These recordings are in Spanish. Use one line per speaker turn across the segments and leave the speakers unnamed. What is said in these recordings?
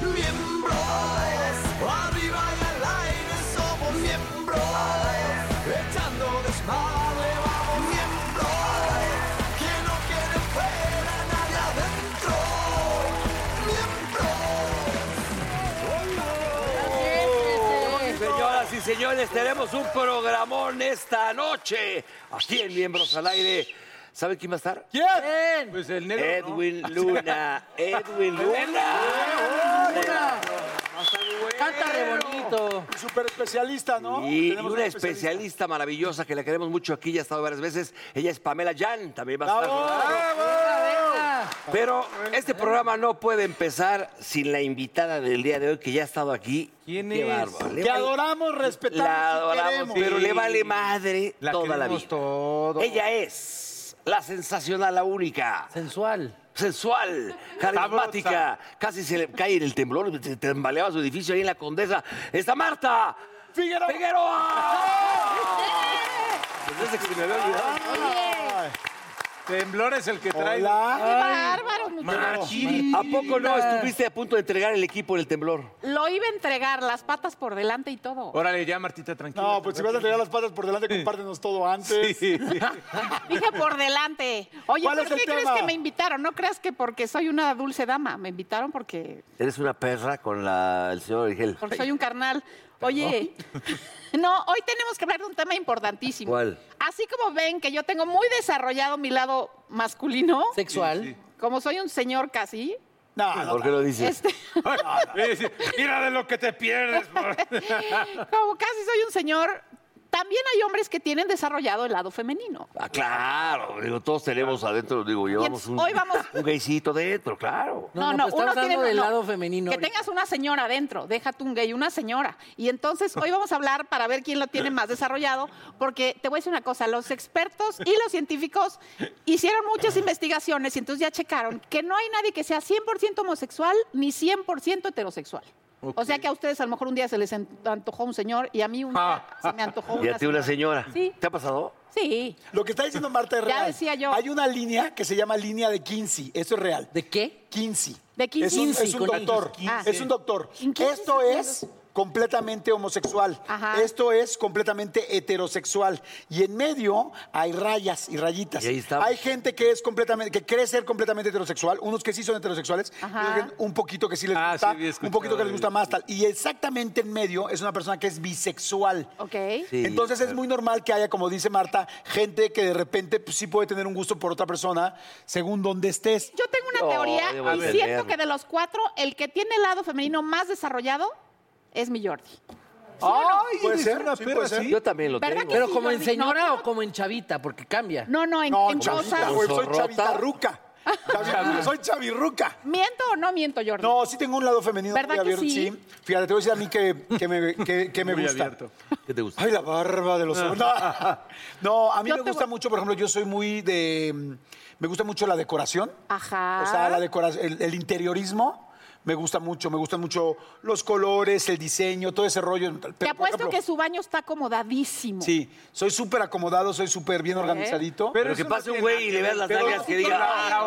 Miembros, arriba y al aire somos miembros, echando desmadre vamos miembros, que no quede fuera nadie adentro, miembros.
Señoras y señores, tenemos un programón esta noche. Aquí en Miembros Pues, al Aire. ¿Sabe quién va a estar?
¿Quién? Pues el negro.
Edwin Luna. Edwin Luna.
Canta de bonito.
Super especialista, ¿no?
Y, y
Tenemos
una especialista maravillosa que la queremos mucho aquí, ya ha estado varias veces. Ella es Pamela Jan, también va a estar. con nosotros. Pero este programa no puede empezar sin la invitada del día de hoy que ya ha estado aquí.
¿Quién
Qué
es?
bárbaro. Le
Que
vale-
adoramos, respetamos
La
y
adoramos,
queremos.
pero
Sí.
le vale madre
La
toda la
queremos
vida.
todo.
Ella es la sensacional, la única,
Sensual.
sensual, carismática. Casi se le cae en el temblor, se tambaleaba su edificio ahí en la Condesa. Está Marta
Figueroa.
¡Oh!
Pues desde que se me había olvidado.
Temblor es el que trae.
Hola.
bárbaro, muchachos.
Machiri.
¿A poco no estuviste a punto de entregar el equipo en el temblor?
Lo iba a entregar, las patas por delante y todo.
Órale, ya, Martita, tranquila.
No, pues si vas a entregar las patas por delante, compártenos todo antes.
Sí.
Dije por delante. Oye,
¿Cuál
¿por
es el
qué crees
tema?
que me invitaron? No creas que porque soy una dulce dama. Me invitaron porque,
Eres una perra con la- el señor Origel.
porque soy un carnal. Oye, no, hoy tenemos que hablar de un tema importantísimo.
¿Cuál?
Así como ven que yo tengo muy desarrollado mi lado masculino,
Sexual.
como soy un señor casi,
No, no,
Ah, ¿Por qué lo dices?
este,
Sí, sí. Mira de lo que te pierdes. por-
como casi soy un señor, también hay hombres que tienen desarrollado el lado femenino.
Ah, claro, digo, todos tenemos adentro, digo, llevamos un,
hoy vamos-
un gaycito dentro, claro.
No, no, pero
uno
estamos
tiene-
hablando del
no,
lado femenino
Que
ahorita.
tengas una señora adentro, déjate un gay, una señora. Y entonces hoy vamos a hablar para ver quién lo tiene más desarrollado, porque te voy a decir una cosa, los expertos y los científicos hicieron muchas investigaciones y entonces ya checaron que no hay nadie que sea 100% homosexual ni 100% heterosexual. O sea que a ustedes a lo mejor un día se les en- antojó un señor y a mí un día se me antojó una
Ah. Y a ti una señora.
Sí,
¿Te ha pasado?
sí.
Lo que está diciendo Marta es
Ya
real.
decía yo.
Hay una línea que se llama línea de Kinsey. Eso es real.
¿De qué?
Kinsey.
De Kinsey.
Es un, es un
Kinsey, con
doctor.
Ah.
Es un doctor.
¿En qué
Esto
dices?
es completamente homosexual.
Ajá.
Esto es completamente heterosexual. Y en medio hay rayas y rayitas.
Y ahí estamos.
Hay gente que es completamente, que cree ser completamente heterosexual, unos que sí son heterosexuales, y
Ajá.
otros que un poquito que sí les
Ah, sí,
gusta,
había escuchado
un poquito que les gusta
eso.
más tal. Y exactamente en medio es una persona que es bisexual.
Ok.
Sí,
Entonces es muy normal que haya, como dice Marta, gente que de repente pues, sí puede tener un gusto por otra persona según donde estés.
Yo tengo una
No, debo
teoría y
de
siento
tenerlo.
que de los cuatro, el que tiene el lado femenino más desarrollado es mi Jordi.
Ay,
Puede ser,
sí,
perra,
puede ser.
sí.
Yo también lo
¿Verdad
tengo.
Pero
Sí,
como en
Jordi, no,
señora
no,
o como en chavita, porque cambia.
No, no, en,
No,
en
chavita,
cosas.
güey, soy
¿Zorrota?
chavitarruca. Chavi- Soy chavirruca.
¿Miento o no miento, Jordi?
No, sí tengo un lado femenino
¿Verdad
muy
que
abierto,
sí?
Fíjate, te voy a decir a mí que, que me, que- que me
Muy
gusta.
abierto.
¿Qué te gusta?
Ay, la barba de los hombres. No, No, a mí
Yo
me
te
gusta
voy-
mucho, por ejemplo, yo soy muy de... mm, Me gusta mucho la decoración.
Ajá.
O
Ah.
sea, la decoración, el, el interiorismo. Me gusta mucho, me gustan mucho los colores, el diseño, todo ese rollo. Pero,
Te
por
apuesto
ejemplo,
que su baño está acomodadísimo.
Sí, soy súper acomodado, soy súper bien organizadito.
Pero que
eso
pase
no
un
tiene
güey
nada
y le
que
veas
ver,
las
pero-
nalgas que
pero
diga.
La, la
"Ah,
Ah, pero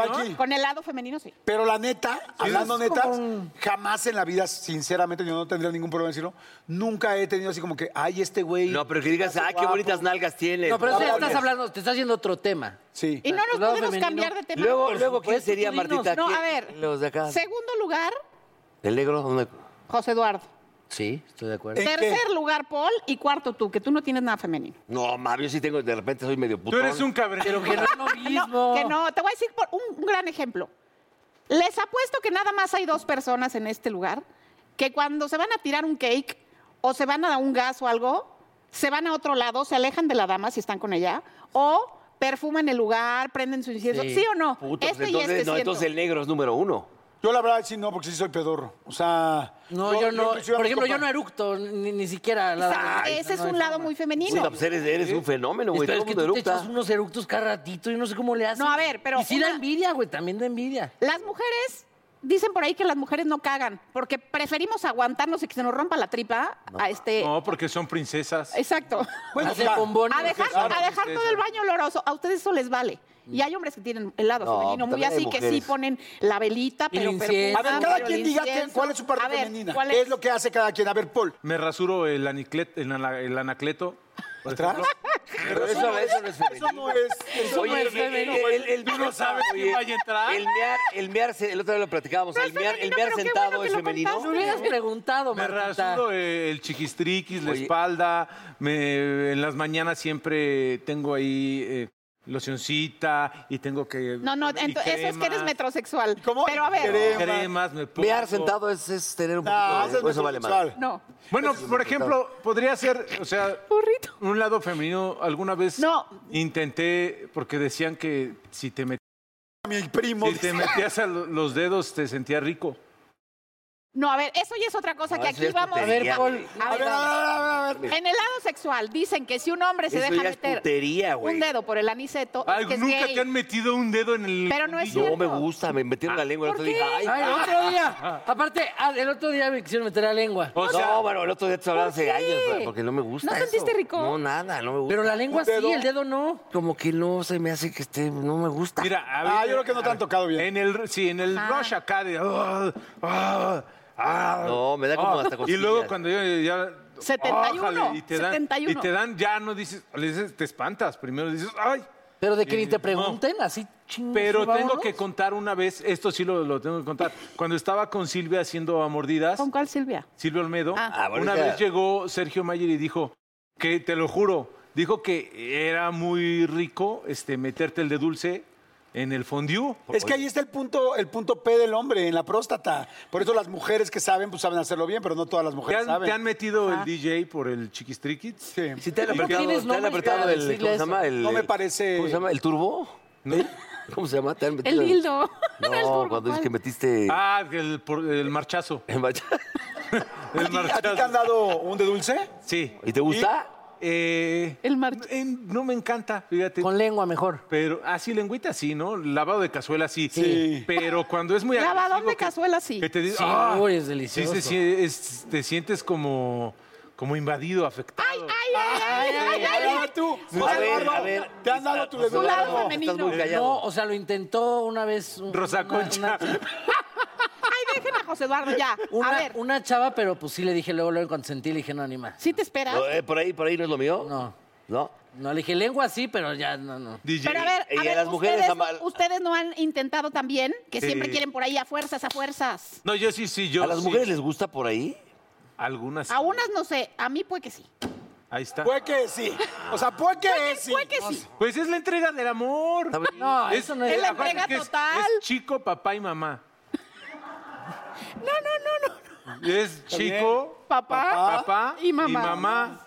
organización.
aquí.
Con el lado femenino, sí.
Pero la neta, hablando
es
neta,
como un-
jamás en la vida, sinceramente, yo no tendría ningún problema en decirlo, nunca he tenido así como que, ay, este güey.
No, pero que digas, ah,
está
qué
guapo".
bonitas nalgas tienes.
No, pero eso ya
Vámonos.
estás hablando, te estás haciendo otro tema.
Sí.
Y no nos
Tu lado
podemos
femenino.
cambiar de tema.
Luego, luego, ¿quién
supuesto,
sería
tú dinos.
Martita?
no,
¿Quién?
a ver.
Los de acá.
Segundo lugar,
¿El negro? ¿Dónde?
José Eduardo.
Sí, estoy de acuerdo.
¿En qué?
Tercer lugar, Paul, y cuarto tú, que tú no tienes nada femenino.
No, Mario, sí tengo, de repente soy medio
Tú
puto.
eres un cabrón.
Pero que no es lo
Ah, No,
mismo.
que no, te voy a decir por un, un gran ejemplo. Les apuesto que nada más hay dos personas en este lugar que cuando se van a tirar un cake o se van a dar un gas o algo, se van a otro lado, se alejan de la dama si están con ella, o perfuman el lugar, prenden su incienso. ¿Sí,
Sí.
o no?
Puto, pues
este y
entonces, no,
este siento.
entonces el negro es número uno.
Yo la verdad sí no, porque sí soy pedorro. O sea...
No, yo no.
inclusive a
Por
mis
ejemplo, yo no
compa-
eructo, ni, ni siquiera. la-
Exacto, Ese es
no,
un
no,
lado
no.
muy
Puta,
femenino.
pues eres, eres un fenómeno, güey.
Pero
Todo
Este, es
el
que
mundo
tú te
eructa.
echas unos eructos cada ratito y no sé cómo le haces.
No, a ver, pero
Y sí
una-
da envidia, güey, también da envidia.
Las mujeres dicen por ahí que las mujeres no cagan porque preferimos aguantarnos y que se nos rompa la tripa a este.
No, porque son princesas.
Exacto.
Bueno,
Hace
claro.
bombones.
a dejar,
claro,
a dejar
sí,
todo
sí.
el baño oloroso. A ustedes eso les vale. Y hay hombres que tienen el lado
No,
femenino muy
también hay
así, que sí
mujeres.
ponen la velita,
Y
pero
el
perfuman,
incienso.
A ver, cada
pero el
quien diga quién-
incienso.
cuál es su parte
A ver,
femenina.
¿cuál
¿Qué es lo que hace cada quien? A ver, Paul.
Me rasuro el, aniclet- el, ana- el anacleto. por
¿Atrás?
ejemplo.
Pero eso, eso no es femenino.
Eso no es... eso
Oye,
no es
el- el-
femenino,
el-
güey.
el- el-
Tú no sabes
oye,
quién vaya a entrar.
El mear, el mear, se- el otro día lo platicábamos,
No es
el mear, el
femenino,
mear
pero qué
sentado
bueno que
es
lo
femenino.
Me hubieras preguntado,
Me
Martita.
rasuro eh, el chiquistriquis, la
Oye.
espalda. me- en las mañanas siempre tengo ahí eh, locioncita y tengo que.
No, no,
y
ento- eso es que eres
cremas.
metrosexual.
¿Cómo?
Pero a ver,
Crema.
Cremas, me pongo.
Mear sentado es, es tener un poquito
Ah,
No,
de- pues
Ah, eso es
eso vale más.
homosexual.
no.
Bueno, por ejemplo, podría ser, o sea,
Burrito.
un lado femenino. Alguna vez
No.
intenté, porque decían que si te, met-
Mi primo.
si te metías a lo- los dedos te sentías rico.
No, a ver, eso ya es otra cosa
No,
que
eso ya
aquí
Ah, es
vamos.
A ver,
Ya,
Paul.
A
A ver,
ver,
a ver, a ver, a ver.
En el lado sexual dicen que si un hombre se
Eso
deja
ya es
meter
putería, güey.
un dedo por el aniceto,
Ay,
es que es
nunca
gay.
te han metido un dedo en el.
Pero no es
fundillo?
No me gusta, me metieron la lengua el
¿Por
otro día.
qué?
Ay,
Ay, el otro día. Aparte, ah, el otro día me quisieron meter la lengua.
O sea,
no, bueno, el otro día te hablaba hace
qué?
años, pero porque no me gusta.
¿No
eso.
sentiste rico?
No, nada, no me gusta.
Pero la lengua sí,
dedo?
el dedo no.
como que no se me hace que esté, no me gusta.
Mira, a ver,
Ah, yo creo que no te han
a-
tocado bien.
En el, sí, en el rush acá de. ah, ah, ah,
No, me da como
ah.
hasta
Y luego
cosquillas.
cuando yo ya.
71,
Ójale, y te dan,
71.
Y te dan, ya no dices, le dices, te espantas. Primero dices, ay.
Pero de que ni
Eh,
te
no.
pregunten, así chingos.
Pero tengo
vámonos.
que contar una vez, esto sí lo, lo tengo que contar. Cuando estaba con Silvia haciendo a mordidas,
¿Con cuál, Silvia?
Silvio Olmedo,
Ah, bueno,
una
ya.
vez llegó Sergio Mayer y dijo que, te lo juro, dijo que era muy rico este, meterte el de dulce en el fondue.
Es que ahí está el punto, el punto P del hombre, en la próstata. Por eso las mujeres que saben, pues saben hacerlo bien, pero no todas las
¿Te
mujeres
han,
saben.
te han metido el DJ por el chiquistriquit?
Sí.
Si te han
Pero
apretado,
tienes
te han
nombres
apretado
para
el,
decirle
¿cómo se
eso.
llama? El,
No me
eh,
parece- ¿Eh?
¿Cómo se llama? ¿El turbo? ¿Cómo se llama? ¿Te han
El
metido
dildo.
No,
El turbo,
cuando dices
¿cuál?
que metiste...
Ah, el, por- el marchazo.
en bacha-
El
¿Y ¿A ti te han
marchazo.
dado un de dulce?
Sí.
¿Y te gusta?
Eh,
El marchazo.
eh, no me encanta, fíjate.
Con lengua mejor.
Pero así lengüita sí, ¿no? Lavado de cazuela sí.
Sí.
Pero cuando es muy
Lavadón
agresivo
de
que-
cazuela, sí.
Que te dice,
Sí,
"Ah",
uy, es
sí
delicioso.
se sie- es- te sientes como, como invadido, afectado.
¡Ay, ay, ay! ay, ay, ay,
A ver, tú.
A ver,
Eduardo,
a ver.
¿Te han dado tu de
Tu lado
dulce?
femenino.
Estás muy callado.
No, o sea, lo intentó una vez. un-
Rosa
una-
Concha.
Una,
Ay, dejen a José Eduardo ya.
una-
a ver,
una chava, pero pues sí le dije luego, luego, cuando sentí, le dije, no, anima.
¿sí te esperas?
No, eh, por ahí, por ahí no es lo mío.
No.
No.
No, le dije lengua sí, pero ya, no, no.
DJ.
Pero a ver,
y
a
a
ver,
las mujeres,
ustedes,
ama-
ustedes no han intentado también, que
Sí.
siempre quieren por ahí a fuerzas, a fuerzas.
No, yo sí, sí, yo
¿A las
sí.
mujeres les gusta por ahí?
Algunas.
A unas no sé, a mí puede que sí.
Ahí está.
Puede que sí. O sea, puede que sí.
Puede que sí.
Pues es la entrega del amor.
No, eso no es.
Es la
aparte
entrega
que es-
total.
Es, chico, papá y mamá. No, no, no, no. Es chico,
Papá,
papá
y mamá.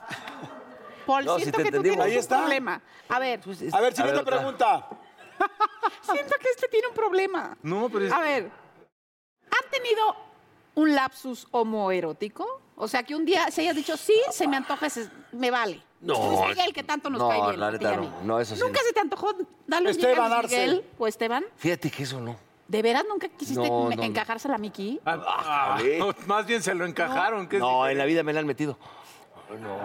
Paul,
No,
siento
sí te Pues
que tú
entendimos.
tienes
Ahí
un
está.
problema. A ver,
A ver, siguiente
otra.
pregunta.
siento que este tiene un problema.
No, pero es-
A ver, ¿han tenido un lapsus homoerótico? O sea, que un día se hayas dicho, sí, se me antoja, ese- me vale.
No.
Luis Miguel, que tanto nos
No,
cae bien.
la
a ti y
neta
a mí.
no. No, eso sí
¿Nunca
no.
se te antojó darle un llegue a
Esteban
Luis
Arce.
Miguel o Esteban?
Fíjate que eso no.
¿De veras nunca quisiste
No,
me-
no, no.
encajársela a Miki?
Ah, ah, no, más bien se lo encajaron. que es
No,
diferente.
en la vida me la han metido. No,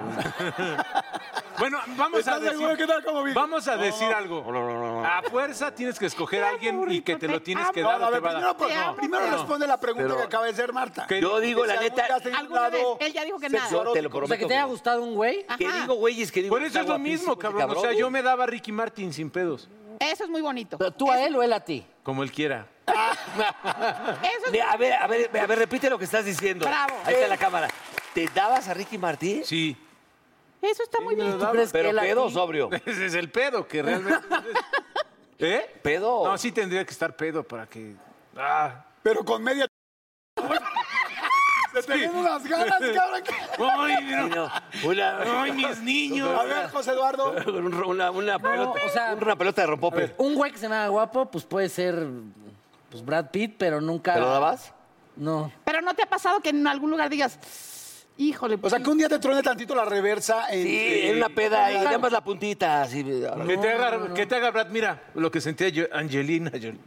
Bueno, vamos a
¿Estás
decir,
seguro que tal como vi?
vamos a decir algo.
no, no, no.
A fuerza tienes que escoger a alguien y que te lo tienes que
No,
dar.
a
o te
ver,
va a
primero,
dar.
pues,
Te amo,
primero
pero-
responde la pregunta
Pero-
que acaba de hacer Marta.
¿Qué?
Yo digo, la
Si algún día
neta,
has tenido un
Alguna vez,
lado
él ya dijo que nada.
sexual o
te lo
O sea, que
prometo.
te haya gustado un güey.
Que
Ajá.
digo, güey, es que digo...
Por eso
está
es lo
guapísimo
mismo,
este
cabrón. O sea,
güey.
yo me daba a Ricky Martin sin pedos,
Eso es muy bonito.
Pero tú a él o él a ti.
como él quiera.
Ah,
Eso es
Mira, A ver, a ver, a ver, repite lo que estás diciendo.
Bravo.
Ahí está la cámara. ¿Te dabas a Ricky Martín?
Sí.
Eso está muy
me lo
bien.
da-
¿Tú crees que
Pero
él a
pedo o
ti?
sobrio.
Ese es el pedo que realmente. ¿Eh?
¿Pedo?
No, sí tendría que estar pedo para que. Ah.
Pero con media. Se te vienen unas ganas, cabrón.
¡Ay,
Sí,
mira!
no. Una,
¡Ay, mis niños!
A ver, José Eduardo.
un- una, una pelota,
o sea-
una pelota de rompope.
Un güey que se me haga guapo, pues puede ser pues Brad Pitt, pero nunca.
¿Te lo dabas?
No.
Pero no te ha pasado que en algún lugar digas, híjole, pues,
O sea, que un día te truene tantito la reversa. En,
Sí, en una peda y nada más la puntita. Así.
Que te, haga, que te haga Brad, mira, lo que sentía yo, Angelina. Jolie.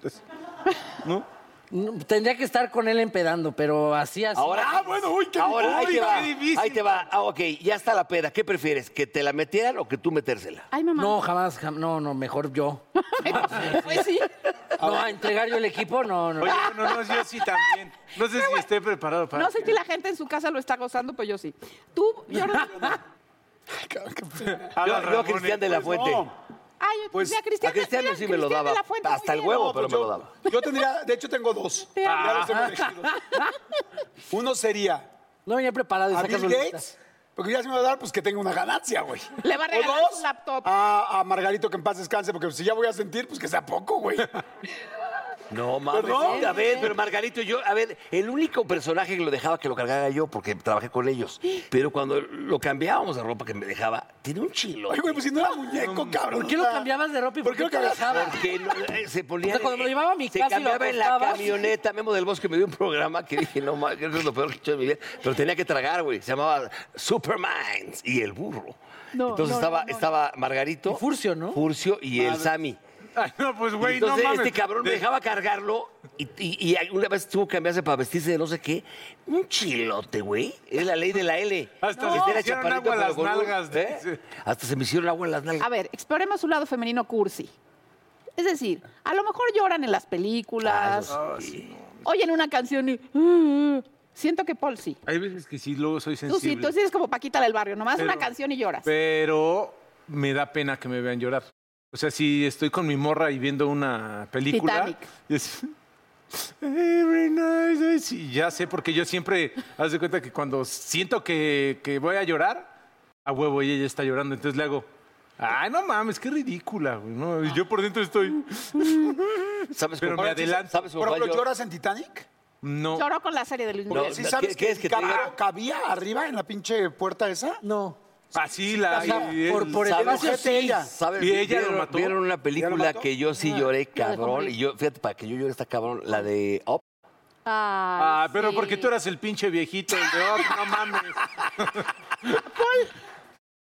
¿No?
No, Tendría que estar con él empedando, pero así así.
Ahora,
Ah, bueno, uy, qué
ahora ahí te
difícil,
va.
qué difícil.
Ahí te va. Ah, ok, ya está la peda. ¿Qué prefieres? ¿Que te la metieran o que tú metérsela?
ay, mamá.
No, jamás, jam- no, no, mejor yo.
Pues sí.
No, a entregar yo el equipo, no, no.
Oye, no, no, yo sí también. No sé si esté preparado para.
No sé si la gente en su casa lo está gozando, pues yo sí. Tú, yo
Alan
Yo, yo a
Ramones.
Cristian de la
Pues
Fuente.
no.
Ay,
Pues,
ya, Cristian,
a Cristian
mira,
sí me lo
Cristian de
daba.
la Fuente,
Hasta el
muy bien.
huevo,
No,
pero
pues
me lo
yo-
daba.
Yo tendría, de hecho tengo dos. Ya los tengo elegidos. Uno sería
No venía preparado y
a Bill
sacas su lista.
Gates, porque ya se me va a dar, pues que tenga una ganancia, güey.
Le va a
O
regalar
dos,
su laptop.
A, a Margarito que en paz descanse, porque si ya voy a sentir, pues que sea poco, güey.
No, mames.
Perdón.
sí, a ver, pero Margarito y yo, a ver, el único personaje que lo dejaba que lo cargara yo, porque trabajé con ellos. Pero cuando lo cambiábamos de ropa que me dejaba, tiene un chilo.
Ay, güey, pues si no era muñeco, cabrón.
Ah, ¿Por qué lo cambiabas de ropa y
¿Por qué lo
te
cambiabas?
dejaba?
Porque no, eh, se ponía.
O sea, cuando me lo
eh,
llevaba a mi
se
casa y lo
cambiaba en la
acostaba.
camioneta. Memo del Bosque me dio un programa que dije, no mames, eso es lo peor que he hecho en mi vida. Pero tenía que tragar, güey. Se llamaba Superminds y el burro.
No,
Entonces
no,
estaba,
no, no.
estaba Margarito.
Y Furcio, ¿no?
Furcio y el Sammy.
Ay, no, pues, güey, no
Entonces,
mames.
este cabrón me
De-
dejaba cargarlo y, y- y una vez tuvo que cambiarse para vestirse de no sé qué. Un chilote, güey. Es la ley de la L.
Hasta
Este
Ah, se me
era
hicieron
chaparrito,
agua
pero
las
con un-
nalgas,
¿eh?
dice.
Hasta se me hicieron agua las
Ah,
nalgas.
A ver, exploremos su lado femenino cursi. Es decir, a lo mejor lloran en las películas,
Ah,
oyen una canción y... "Ah, ah". siento que Paul sí.
Hay veces que sí, luego soy
Tú
sensible.
sí, tú sí eres como Paquita del barrio, nomás
Pero-
una canción y lloras.
Pero me da pena que me vean llorar. O sea, si estoy con mi morra y viendo una película.
Titanic.
Y es- Every night I see- y ya sé, porque yo siempre, haz de cuenta que cuando siento que, que voy a llorar, a huevo y ella está llorando, entonces le hago, ay, no mames, qué ridícula, güey, ¿no?". Y yo por dentro estoy,
¿Sabes
Pero
cómo-
me adelanto.
¿Sabes
Por
cómo
ejemplo,
yo-
¿lloras en Titanic?
no,
Lloró con la serie de Luis Miguel.
Porque si
no,
sabes
¿qué-
que,
qué es que te
cab-
diga?
cabía arriba en la pinche puerta esa.
No.
así la...
O sea,
y-
por, por el
¿Sabes?
espacio
Ojete
sí.
ella.
¿Sabes?
¿Y ella lo
¿Vieron,
mató?
vieron una película
mató?
que yo sí lloré,
la dejó
cabrón.
morir.
Y yo, fíjate, para que yo llore está cabrón, la de Up.
Ah, pero porque tú eras el pinche viejito, el de, "Oh, no mames.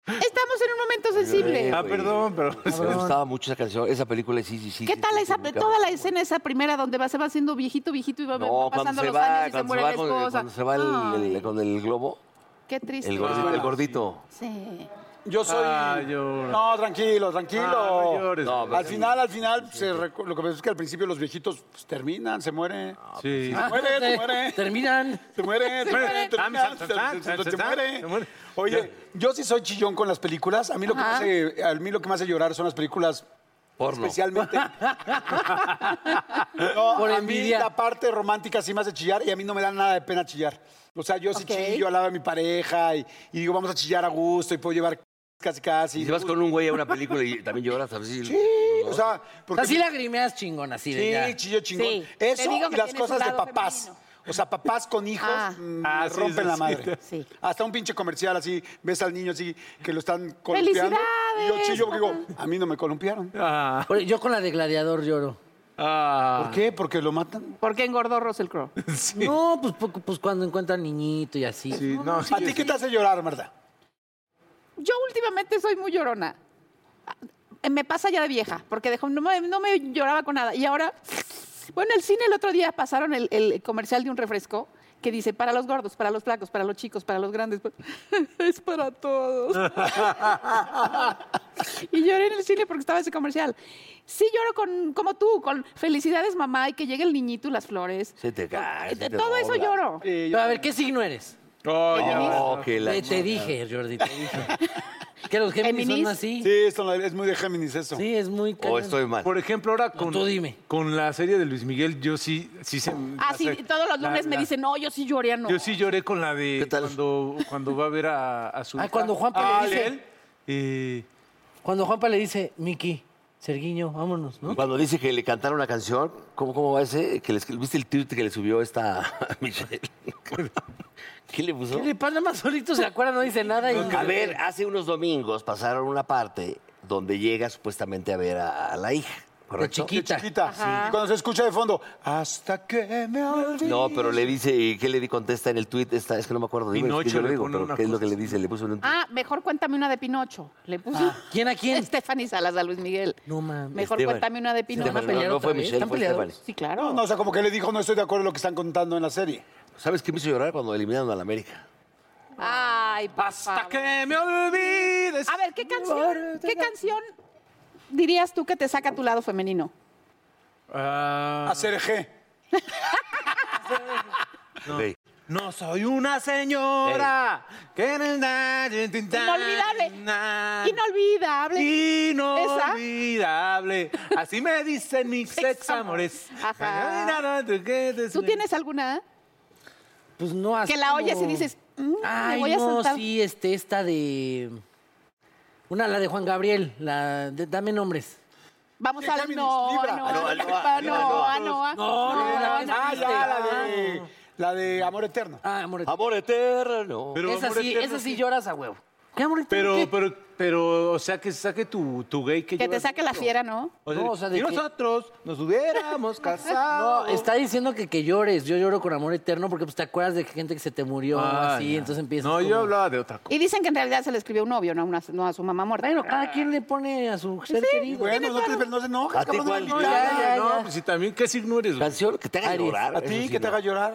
Estamos en un momento sensible.
Ah,
güey.
perdón, pero...
Me gustaba mucho esa canción, esa película, sí, sí, sí.
¿Qué
sí,
tal
sí,
esa,
sí, nunca-
toda la escena esa primera donde va, se va haciendo viejito, viejito y va,
No,
va
cuando
pasando
se
los
va,
años y se
cuando
muere
se
la
va, con, el-
esposa?
cuando se va el- el-
Ay,
con el globo,
qué triste.
el gordito. el gordito.
Sí.
Yo soy.
Ah, llora.
No, tranquilo, tranquilo.
Ah, no llores,
No,
güey.
Al final, al final, pues, se recu- lo que pasa es que al principio los viejitos pues, terminan, se mueren.
Ah.
Sí.
Se muere, se muere.
Terminan.
Se muere, se
muere.
muere, termina, se-
Tan,
se-
tan,
se- se
tan,
muere.
se muere.
Oye, yo sí soy chillón con las películas. A mí lo que me hace, a mí lo que me hace llorar son las películas
Porno.
especialmente. No,
Por
a mí
envidia.
la parte romántica sí me hace chillar y a mí no me da nada de pena chillar. O sea, yo sí
Ok.
chillo al lado de mi pareja y, y digo, vamos a chillar a gusto y puedo llevar casi casi.
Y si vas con un güey a una película y también lloras, a ver si-
Sí, o sea, porque
Así lagrimeas chingón, así de ya.
Sí, chillo chingón.
Sí, te
Eso
digo que
y las
tiene
cosas
su
de
lado
papás.
femenino.
O sea, papás con hijos
Ah.
mm,
Ah, sí,
rompen
sí,
la
sí.
madre.
Sí.
Hasta un pinche comercial así, ves al niño así que lo están columpiando. Y yo
¡Felicidades,
chillo porque
papá!
digo, a mí no me columpiaron.
Ah,
Oye, Yo con la de gladiador lloro.
ah.
¿Por qué? Porque lo matan.
¿Por qué engordó Russell Crowe?
No, pues, po- pues cuando encuentran niñito y así.
Sí, no, sí,
¿A ti qué te hace llorar, Marta?
Yo últimamente soy muy llorona. Ah, Me pasa ya de vieja, porque dejó- no, me, no me lloraba con nada. Y ahora, bueno, el cine el otro día pasaron el, el comercial de un refresco que dice para los gordos, para los flacos, para los chicos, para los grandes, pa- es para todos. y lloré en el cine porque estaba ese comercial. Sí lloro con, como tú, con felicidades mamá y que llegue el niñito y las flores. Eh,
Se te cae. se te
Todo eso
dobla.
lloro.
Pero a ver, ¿qué signo eres?
Oh, ya.
Oh, que la
Te, te
chingada.
dije, Jordi, te dije. Que los Géminis
Géminis.
son así. Sí,
Sí, esto no- es muy de Géminis eso.
es muy
O
cañón.
Oh, estoy mal.
Por ejemplo, ahora con,
tú dime.
con la serie de Luis Miguel, yo sí, sí se.
Ah,
la
sí,
se-
todos los
la-
lunes me
la-
dicen, no, yo sí lloré, no.
Yo sí lloré con la de
¿Qué tal?
cuando, cuando va a ver a, a su.
Ah,
hija.
cuando Juanpa
Ah,
le dice-
él. Eh,
Cuando Juanpa le dice, Miki, Serguiño, vámonos, ¿no?
Cuando dice que le cantaron una canción, ¿cómo, cómo va ese? Que les- ¿Viste el tweet que le subió esta Michelle? ¿Qué le puso?
¿Qué le pasa? Nada más solito se acuerda, no dice nada. y-
A ver, hace unos domingos pasaron una parte donde llega supuestamente a ver a, a la hija, ¿correcto?
chiquita.
Chiquita. Y cuando se escucha de fondo, hasta que me olvides.
No, pero le dice, ¿y qué le di- contesta en el tweet? Esta, es que no me acuerdo, dime,
Pinocho
es que yo lo
le
digo,
pone
pero
una
¿qué es lo que
cosa
le dice? Le puso en un tweet.
Ah, mejor cuéntame una de Pinocho. Le puso.
Ah, ¿Quién a quién?
Stephanie Salas a Luis Miguel.
No mames.
Mejor
Esteban.
cuéntame una de Pinocho.
¿Se van
no,
a pelear
no
otra
fue
vez?
Michelle,
¿Están
fue
peleados?
Stephanie.
Sí, claro.
No, no, o sea, como que le dijo, no estoy de acuerdo en lo que están contando en la serie.
¿Sabes qué me hizo llorar cuando eliminaron a la América?
Ay, por
Hasta
favor.
que me olvides.
Ah, A ver, ¿qué canción, ¿qué canción dirías tú que te saca tu lado femenino?
Ah,
Hacer G.
Ok.
no soy una señora. Que en el
Inolvidable.
Inolvidable.
Inolvidable.
Inolvidable. Así me dicen mis
Sex
ex amores.
Ajá. ¿Tú tienes alguna
Pues no así
que la oyes y
como-
dices, "Mm, me
Ay,
voy a
no,
sentar?
sí, este, esta de... Una, la de Juan Gabriel, la de Dame Nombres.
Vamos a
Géminis,
no,
Libra.
no,
Ah,
no,
no,
Anoa,
no, no,
No, no, no, la que
Ah,
triste.
ya, la de, la de Amor Eterno.
Ah, amor,
Amor eterno.
Pero
esa
amor
sí,
eterno,
esa sí lloras a huevo. ¿Qué amor
Pero,
eterno, qué?
pero, pero, o sea, que saque tu, tu gay que
Que te
llevas
saque la
dentro.
fiera, ¿no?
O sea,
No, o sea, de
si
que-
nosotros nos hubiéramos casado.
No, está diciendo que, que llores. Yo lloro con amor eterno porque pues, te acuerdas de gente que se te murió o
Ah,
así,
ya.
entonces empiezas.
No,
como-
yo hablaba de otra cosa.
Y dicen que en realidad se le escribió un novio, no a, una- no a su mamá muerta.
Bueno, cada quien le pone a su ser querido.
Bueno, no te, no te
¿A
enojes,
ti
cabrón.
cuál?
maldita.
No, ya, ya, ya.
No, pues si también, ¿qué signo eres? güey?
Canción que te haga
Aries.
llorar.
A
eso
ti,
sí,
que te
no.
haga llorar.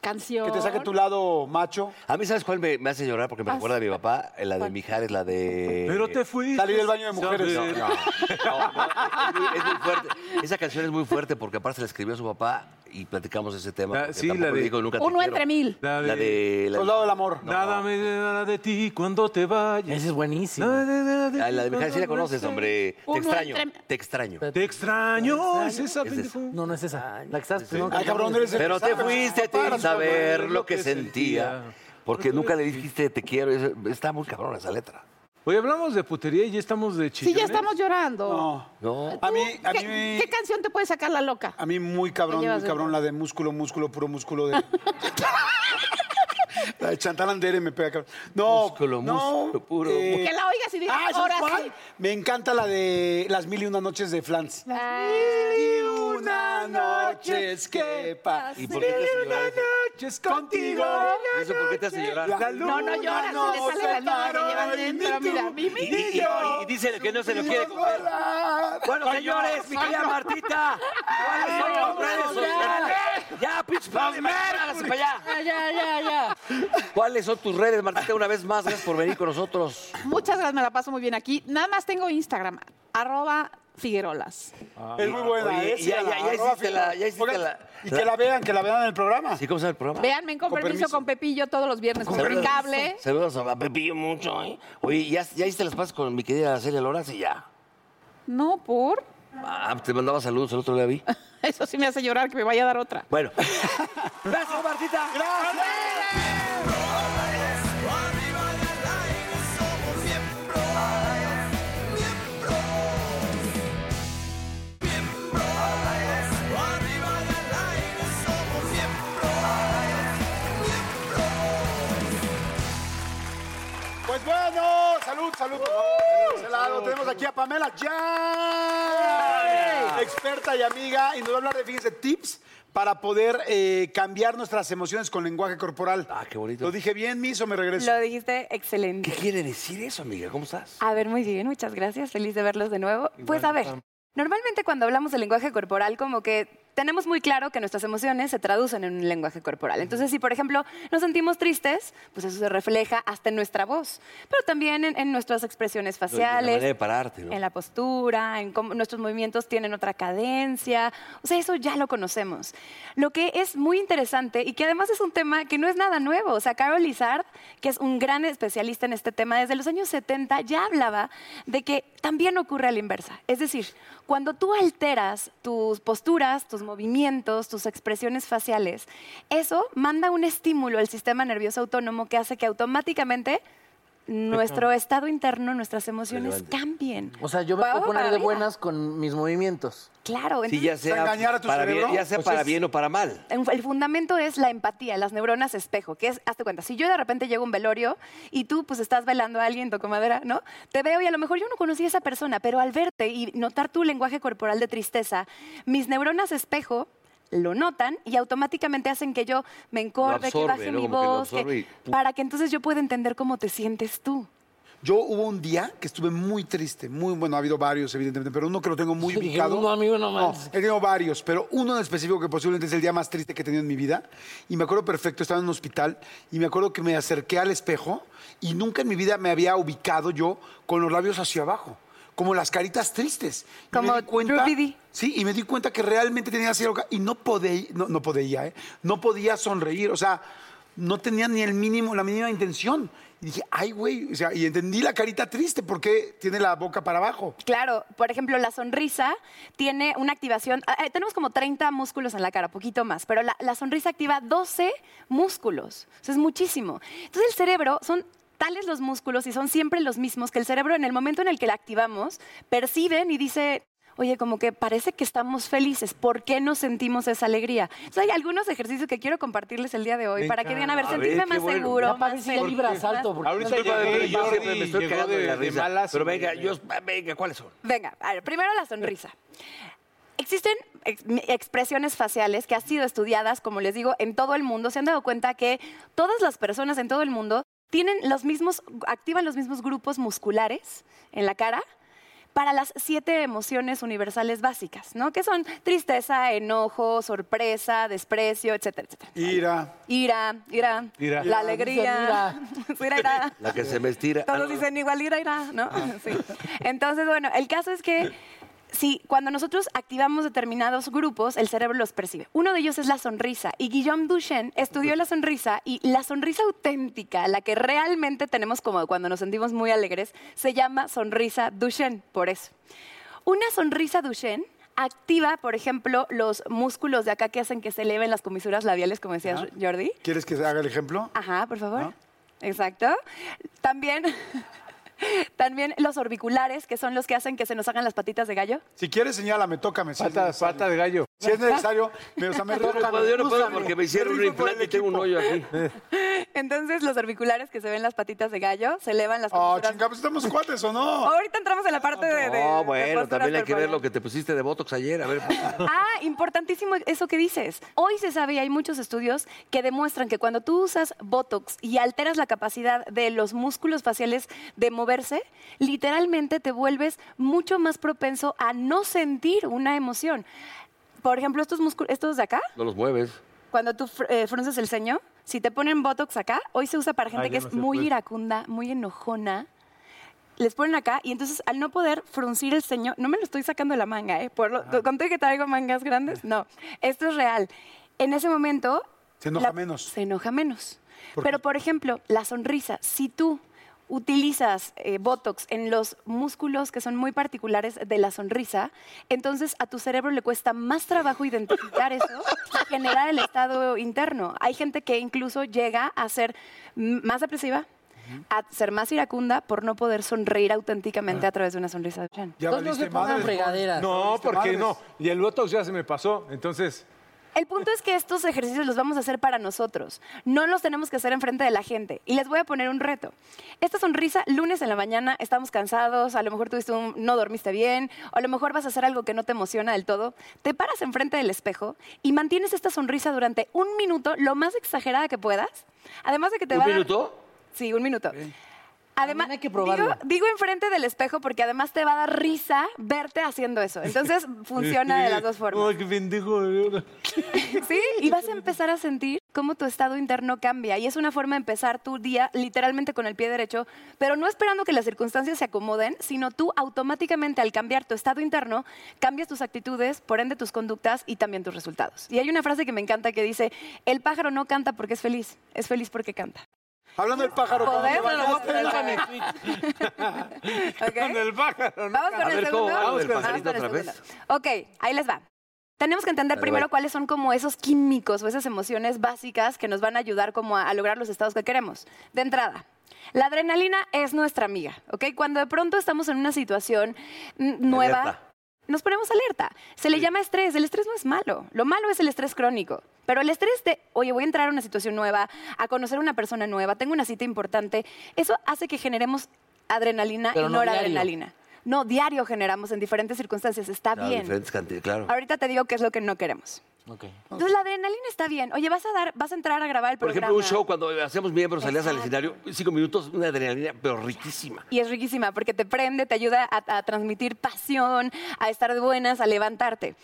Canción.
Que te saque tu lado macho.
A mí, ¿sabes cuál me, me hace llorar? Porque me
Ah,
recuerda a mi papá. eh, La de
¿cuál?
Mijares, la de...
Pero te fuiste.
Salí del baño de
sin
mujeres.
No,
saber.
no, no, no, es, muy, es muy fuerte. Esa canción es muy fuerte porque aparte la escribió su papá y platicamos ese tema.
La-
porque
sí, la
tampoco
de-
le digo nunca te
Uno
quiero.
entre mil.
La de-
La de... La,
Soldado del amor.
Nada me dará de ti cuando te
Esa
vayas.
es buenísima.
Nada me dará de
Ah, la de
ti
Mijares sí la
cuando
conoces,
estés.
hombre. Te
Uno
extraño,
entre-
te extraño.
Te extraño. Es esa.
Es de-
pendejo.
No, no es esa. La que estás primero
Ay, cabrón,
cantando.
eres el
Pero
que
te
sabe,
fuiste
papá,
sin
no
saber lo que sentía. Porque nunca le dijiste te quiero. eso- Está muy cabrón esa letra.
Hoy hablamos de putería y ya estamos de
Sí,
chillones.
ya estamos llorando.
No.
No.
A mí, a
¿Qué,
mí,
qué canción te puede sacar la loca?
a mí muy cabrón,
¿Qué llevas
muy cabrón la de músculo, músculo, puro músculo de. la de Chantal Andere me pega cabrón. No,
Músculo,
no, eh,
músculo, puro
Que la oigas y digas,
Ah, ¿sabes
ahora
cuál?
sí.
Me encanta la de Las Mil y Una Noches de Flans.
Ay,
Y una noches que pasan.
¿Y por qué te hace llorar eso?
noches contigo.
¿Y ¿Eso por qué te hace llorar?
No, no lloras,
no
se le sale la loca que llevan dentro. Mira, Mimi.
Y, y- y- y dice que no se lo quiere comer. Bueno, señores, mi querida Martita, ¿cuáles son las redes sociales? Ya, pinche padre, hágase para allá.
Ya, ya, ya, ya.
¿Cuáles son tus redes, Martita? Una vez más, gracias por venir con nosotros.
Muchas gracias, me la paso muy bien aquí. Nada más tengo Instagram, arroba Figuerolas.
Es muy buena.
Ah, Oye,
eh,
ya-
sígala,
ya- ya
arroba
hiciste la- ya hiciste
Oigan,
la-
Y
la-
que la vean, que la vean en el programa.
¿Sí, cómo se llama el programa?
Véanme con, permiso,
permiso.
con Pepillo todos los viernes por el cable.
Saludos a a Pepillo mucho, ¿eh? Oye, ¿ya, ya hiciste las pases con mi querida Celia Loras? Y ya.
No, por.
Ah, te mandaba saludos, el otro día vi.
Eso sí me hace llorar que me vaya a dar otra.
Bueno. gracias, Martita.
¡Gracias! Pues Salud, salud, por favor. Ese lado, Tenemos aquí a Pamela ya experta y amiga, y nos va a hablar de, fíjense, tips para poder eh, cambiar nuestras emociones con lenguaje corporal.
Ah, qué bonito.
¿Lo dije bien, Miss, o me regreso?
Lo dijiste
¿Qué
excelente.
quiere decir eso, amiga? ¿Cómo estás?
A ver, muy bien, muchas gracias. Feliz de verlos de nuevo. pues a ver, normalmente cuando hablamos del lenguaje corporal, como que tenemos muy claro que nuestras emociones se traducen en un lenguaje corporal. Entonces, si por ejemplo nos sentimos tristes, pues eso se refleja hasta en nuestra voz, pero también en, en nuestras expresiones
La manera de
faciales.
pararte, ¿no?
En la postura, en cómo nuestros movimientos tienen otra cadencia. O sea, eso ya lo conocemos. Lo que es muy interesante y que además es un tema que no es nada nuevo. O sea, Carol Lizard, que es un gran especialista en este tema, desde los años 70 ya hablaba de que también ocurre a la inversa. Es decir, cuando tú alteras tus posturas, tus movimientos, tus expresiones faciales, eso manda un estímulo al sistema nervioso autónomo que hace que automáticamente nuestro estado interno, nuestras emociones
Relevante.
cambien.
O sea, yo me
Pavo
puedo poner
para
de
vida.
buenas con mis movimientos.
Claro,
Sí,
entonces,
ya sea
engañar a tu
para
cerebro?
bien, ya sea
Pues
para
es-
bien o para mal.
en- el fundamento es la empatía, las neuronas espejo, que es, hazte cuenta, si yo de repente llego a un velorio y tú pues estás velando a alguien, toco madera, ¿no? Te veo y a lo mejor yo no conocí a esa persona, pero al verte y notar tu lenguaje corporal de tristeza, mis neuronas espejo lo notan y automáticamente hacen que yo me encorde, que
absorbe,
baje
¿no?
mi
Como que lo
voz, que-
absorbe y ¡pum!
para que entonces yo pueda entender cómo te sientes tú.
Yo hubo un día que estuve muy triste, muy bueno, ha habido varios, evidentemente, pero uno que lo tengo muy
Dije,
ubicado.
"Uno, amigo, no
No,
manches".
he tenido varios, pero uno en específico que posiblemente es el día más triste que he tenido en mi vida. Y me acuerdo perfecto, estaba en un hospital y me acuerdo que me acerqué al espejo y nunca en mi vida me había ubicado yo con los labios hacia abajo, como las caritas tristes. Y
Como
me di cuenta,
Drew Piddy.
Sí, y me di cuenta que realmente tenía así algo y no podía, no, no podía, ¿eh? No podía sonreír, o sea, no tenía ni el mínimo, la mínima intención. Y dije, ay, güey, o sea, y entendí la carita triste porque tiene la boca para abajo.
Claro, por ejemplo, la sonrisa tiene una activación, ah, eh, tenemos como 30 músculos en la cara, poquito más, pero la, la sonrisa activa 12 músculos, eso es muchísimo. Entonces el cerebro son tales los músculos y son siempre los mismos que el cerebro en el momento en el que la activamos perciben y dice... Oye, como que parece que estamos felices. ¿Por qué no sentimos esa alegría? Entonces, hay algunos ejercicios que quiero compartirles el día de hoy
Me
para que digan, a ver,
encanta. A ver,
sentirme
qué
más
bueno.
seguro,
Ya para ver
más
si ya
feliz,
libras
más-
alto. porque
Ahorita
ya
llegó
llegué
de-
y-
yo
Jordi
siempre me estoy
llegó
cagando
de-
de la
de
risa.
malas
Pero
y-
venga, yo, ah, venga, ¿cuáles son?
Venga, a ver, primero la sonrisa. Existen ex- mi- expresiones faciales que han sido estudiadas, como les digo, en todo el mundo. Se han dado cuenta que todas las personas en todo el mundo tienen los mismos, activan los mismos grupos musculares en la cara para las siete emociones universales básicas, ¿no? Que son tristeza, enojo, sorpresa, desprecio, etcétera, etcétera.
Ira.
Ira, ira,
Ira.
la
Dicen
alegría, ira, ira.
La que se me estira. Ah,
Todos
no, no.
dicen igual ira, ira, ¿no? Sí. Entonces, bueno, el caso es que si cuando nosotros activamos determinados grupos, el cerebro los percibe. Uno de ellos es la sonrisa. Y Guillaume Duchenne estudió la sonrisa y la sonrisa auténtica, la que realmente tenemos como cuando nos sentimos muy alegres, se llama sonrisa Duchenne, por eso. Una sonrisa Duchenne activa, por ejemplo, los músculos de acá que hacen que se eleven las comisuras labiales, como decías,
Ajá.
Jordi.
¿Quieres que haga el ejemplo?
Ajá, por favor.
¿No?
Exacto. También, también los orbiculares, que son los que hacen que se nos hagan las patitas de gallo.
Si quieres, señálame, tócame. si es
Pata,
necesario.
pata de gallo.
Si es necesario, me, o sea, me
Yo no
tócame,
puedo, yo no puedo
úsame.
porque me
Qué
hicieron un
rico por el
implante y tengo un hoyo
equipo.
aquí.
Eh,
Entonces, los orbiculares que se ven las patitas de gallo se elevan las
Ah,
posturas-
chinga, pues estamos cuates, ¿o no?
Ahorita entramos en la parte de. de-
No,
de
bueno,
posturas
también hay que ver
corporales.
lo que te pusiste de Botox ayer. A ver, pues,
Ah, importantísimo eso que dices. Hoy se sabe y hay muchos estudios que demuestran que cuando tú usas Botox y alteras la capacidad de los músculos faciales de moverse, literalmente te vuelves mucho más propenso a no sentir una emoción. Por ejemplo, estos músculos, estos de acá,
no los mueves.
cuando tú fr- eh, frunces el ceño, si te ponen Botox acá, hoy se usa para gente
yo
que
no
es
sé,
muy
pues.
iracunda, muy enojona. Les ponen acá y entonces al no poder fruncir el ceño, no me lo estoy sacando de la manga, ¿eh? Por lo, conté que traigo mangas grandes, no, esto es real. En ese momento...
Se enoja
la-
menos.
Se enoja menos. Pero por ejemplo, la sonrisa, si tú utilizas eh, Botox en los músculos que son muy particulares de la sonrisa, entonces a tu cerebro le cuesta más trabajo identificar eso y generar el estado interno. Hay gente que incluso llega a ser m- más depresiva, a ser más iracunda por no poder sonreír auténticamente a través de una sonrisa.
Ya
Entonces no
valiste
se pongan
madres,
fregaderas.
No,
Valiste
porque
madres.
no. Y el Botox ya se me pasó. Entonces,
El punto es que estos ejercicios los vamos a hacer para nosotros. No los tenemos que hacer enfrente de la gente. Y les voy a poner un reto. Esta sonrisa, lunes en la mañana, estamos cansados, a lo mejor tuviste un, no dormiste bien, o a lo mejor vas a hacer algo que no te emociona del todo. Te paras enfrente del espejo y mantienes esta sonrisa durante un minuto, lo más exagerada que puedas. Además de que te
¿Un
va a dar-
minuto?
Sí, un minuto. Además,
También hay que
digo,
probarlo.
digo enfrente del espejo porque además te va a dar risa verte haciendo eso. Entonces funciona de las dos formas.
este, Ay, qué pendejo.
Sí, y vas a empezar a sentir cómo tu estado interno cambia. Y es una forma de empezar tu día literalmente con el pie derecho, pero no esperando que las circunstancias se acomoden, sino tú automáticamente al cambiar tu estado interno, cambias tus actitudes, por ende tus conductas y también tus resultados. Y hay una frase que me encanta que dice, el pájaro no canta porque es feliz, es feliz porque canta.
Hablando del pájaro. ¿cómo te
Podemos,
bañaste?
lo voy a poner para mi ¿Ok?
Con el pájaro, ¿no?
Vamos con
A
el
ver, ¿cómo
segundo.
va lo del
Vamos
pajarito
con el
otra
segundo. Ok, ahí les va. Tenemos que entender
Dale,
primero
bye.
cuáles son como esos químicos o esas emociones básicas que nos van a ayudar como a, a lograr los estados que queremos. De entrada, la adrenalina es nuestra amiga, ¿ok? Cuando de pronto estamos en una situación mm, nueva,
Alerta.
nos ponemos alerta. Se le llama estrés. El estrés no es malo. Lo malo es el estrés crónico. Pero el estrés de, oye, voy a entrar a una situación nueva, a conocer a una persona nueva, tengo una cita importante, eso hace que generemos adrenalina
Pero
y
no
noradrenalina. No, diario generamos en diferentes circunstancias. Está
Claro,
bien.
diferentes cantidades, claro.
Ahorita te digo qué es lo que no queremos.
Ok.
Entonces la adrenalina está bien. Oye, vas a dar, vas a entrar a grabar el
Por
programa.
ejemplo, un show cuando hacemos miembros, salidas al
Exacto.
escenario, cinco minutos, una adrenalina, pero riquísima.
Y es riquísima porque te prende, te ayuda a, a transmitir pasión, a estar de buenas, a levantarte.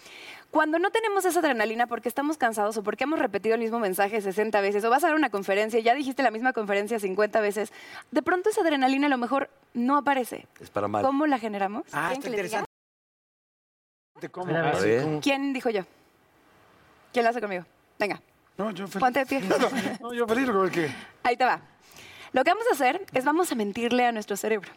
Cuando no tenemos esa adrenalina porque estamos cansados o porque hemos repetido el mismo mensaje 60 veces o vas a dar una conferencia y ya dijiste la misma conferencia 50 veces, de pronto esa adrenalina a lo mejor no aparece.
Es para mal.
¿Cómo la generamos?
Ah,
¿Quieren
está
que les diga?
interesante. ¿Cómo?
Espera, a ver
A
si
ver.
como-
¿Quién dijo yo? ¿Quién lo hace conmigo? Venga,
No, yo feliz.
ponte de pie.
Pues No, yo feliz, porque ¿qué?
Ahí te va. Lo que vamos a hacer es vamos a mentirle a nuestro cerebro.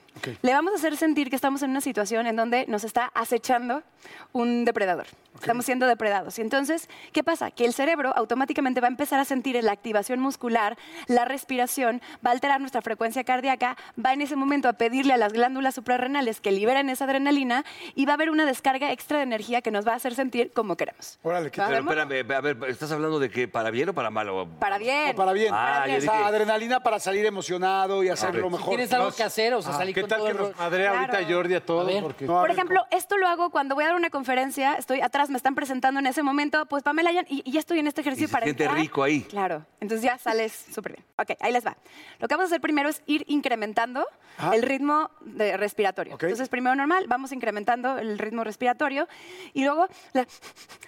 Le vamos a hacer sentir que estamos en una situación en donde nos está acechando un depredador. Estamos siendo depredados. Y entonces, ¿qué pasa? Que el cerebro automáticamente va a empezar a sentir la activación muscular, la respiración, va a alterar nuestra frecuencia cardíaca, va en ese momento a pedirle a las glándulas suprarrenales que liberen esa adrenalina y va a haber una descarga extra de energía que nos va a hacer sentir como queremos.
Órale, ¿qué?
¿Va?
Pero espérame, a ver, ¿estás hablando de que para bien o para mal? O-
Para bien.
No, para bien.
Ah,
Para
yo
bien.
dije- Ah,
Esa adrenalina para salir emocionado y hacerlo
Correcto.
mejor.
Tienes algo
No,
que hacer, o sea,
Ah,
salir
¿Qué
con
tal
todo
que
el
nos
ro-
madre ahorita
Claro.
Jordi a
A
todos?
ver.
Porque...
No, a
Por
ver,
ejemplo, esto lo hago cuando voy a dar una conferencia, estoy atrás, me están presentando en ese momento, pues Pamela, ya, y, y ya estoy en este ejercicio
se
para
siente
entrar.
rico ahí.
Claro, entonces ya sales súper bien. Ok, ahí les va. Lo que vamos a hacer primero es ir incrementando el ritmo de respiratorio.
Ok.
Entonces, primero normal, vamos incrementando el ritmo respiratorio y luego la,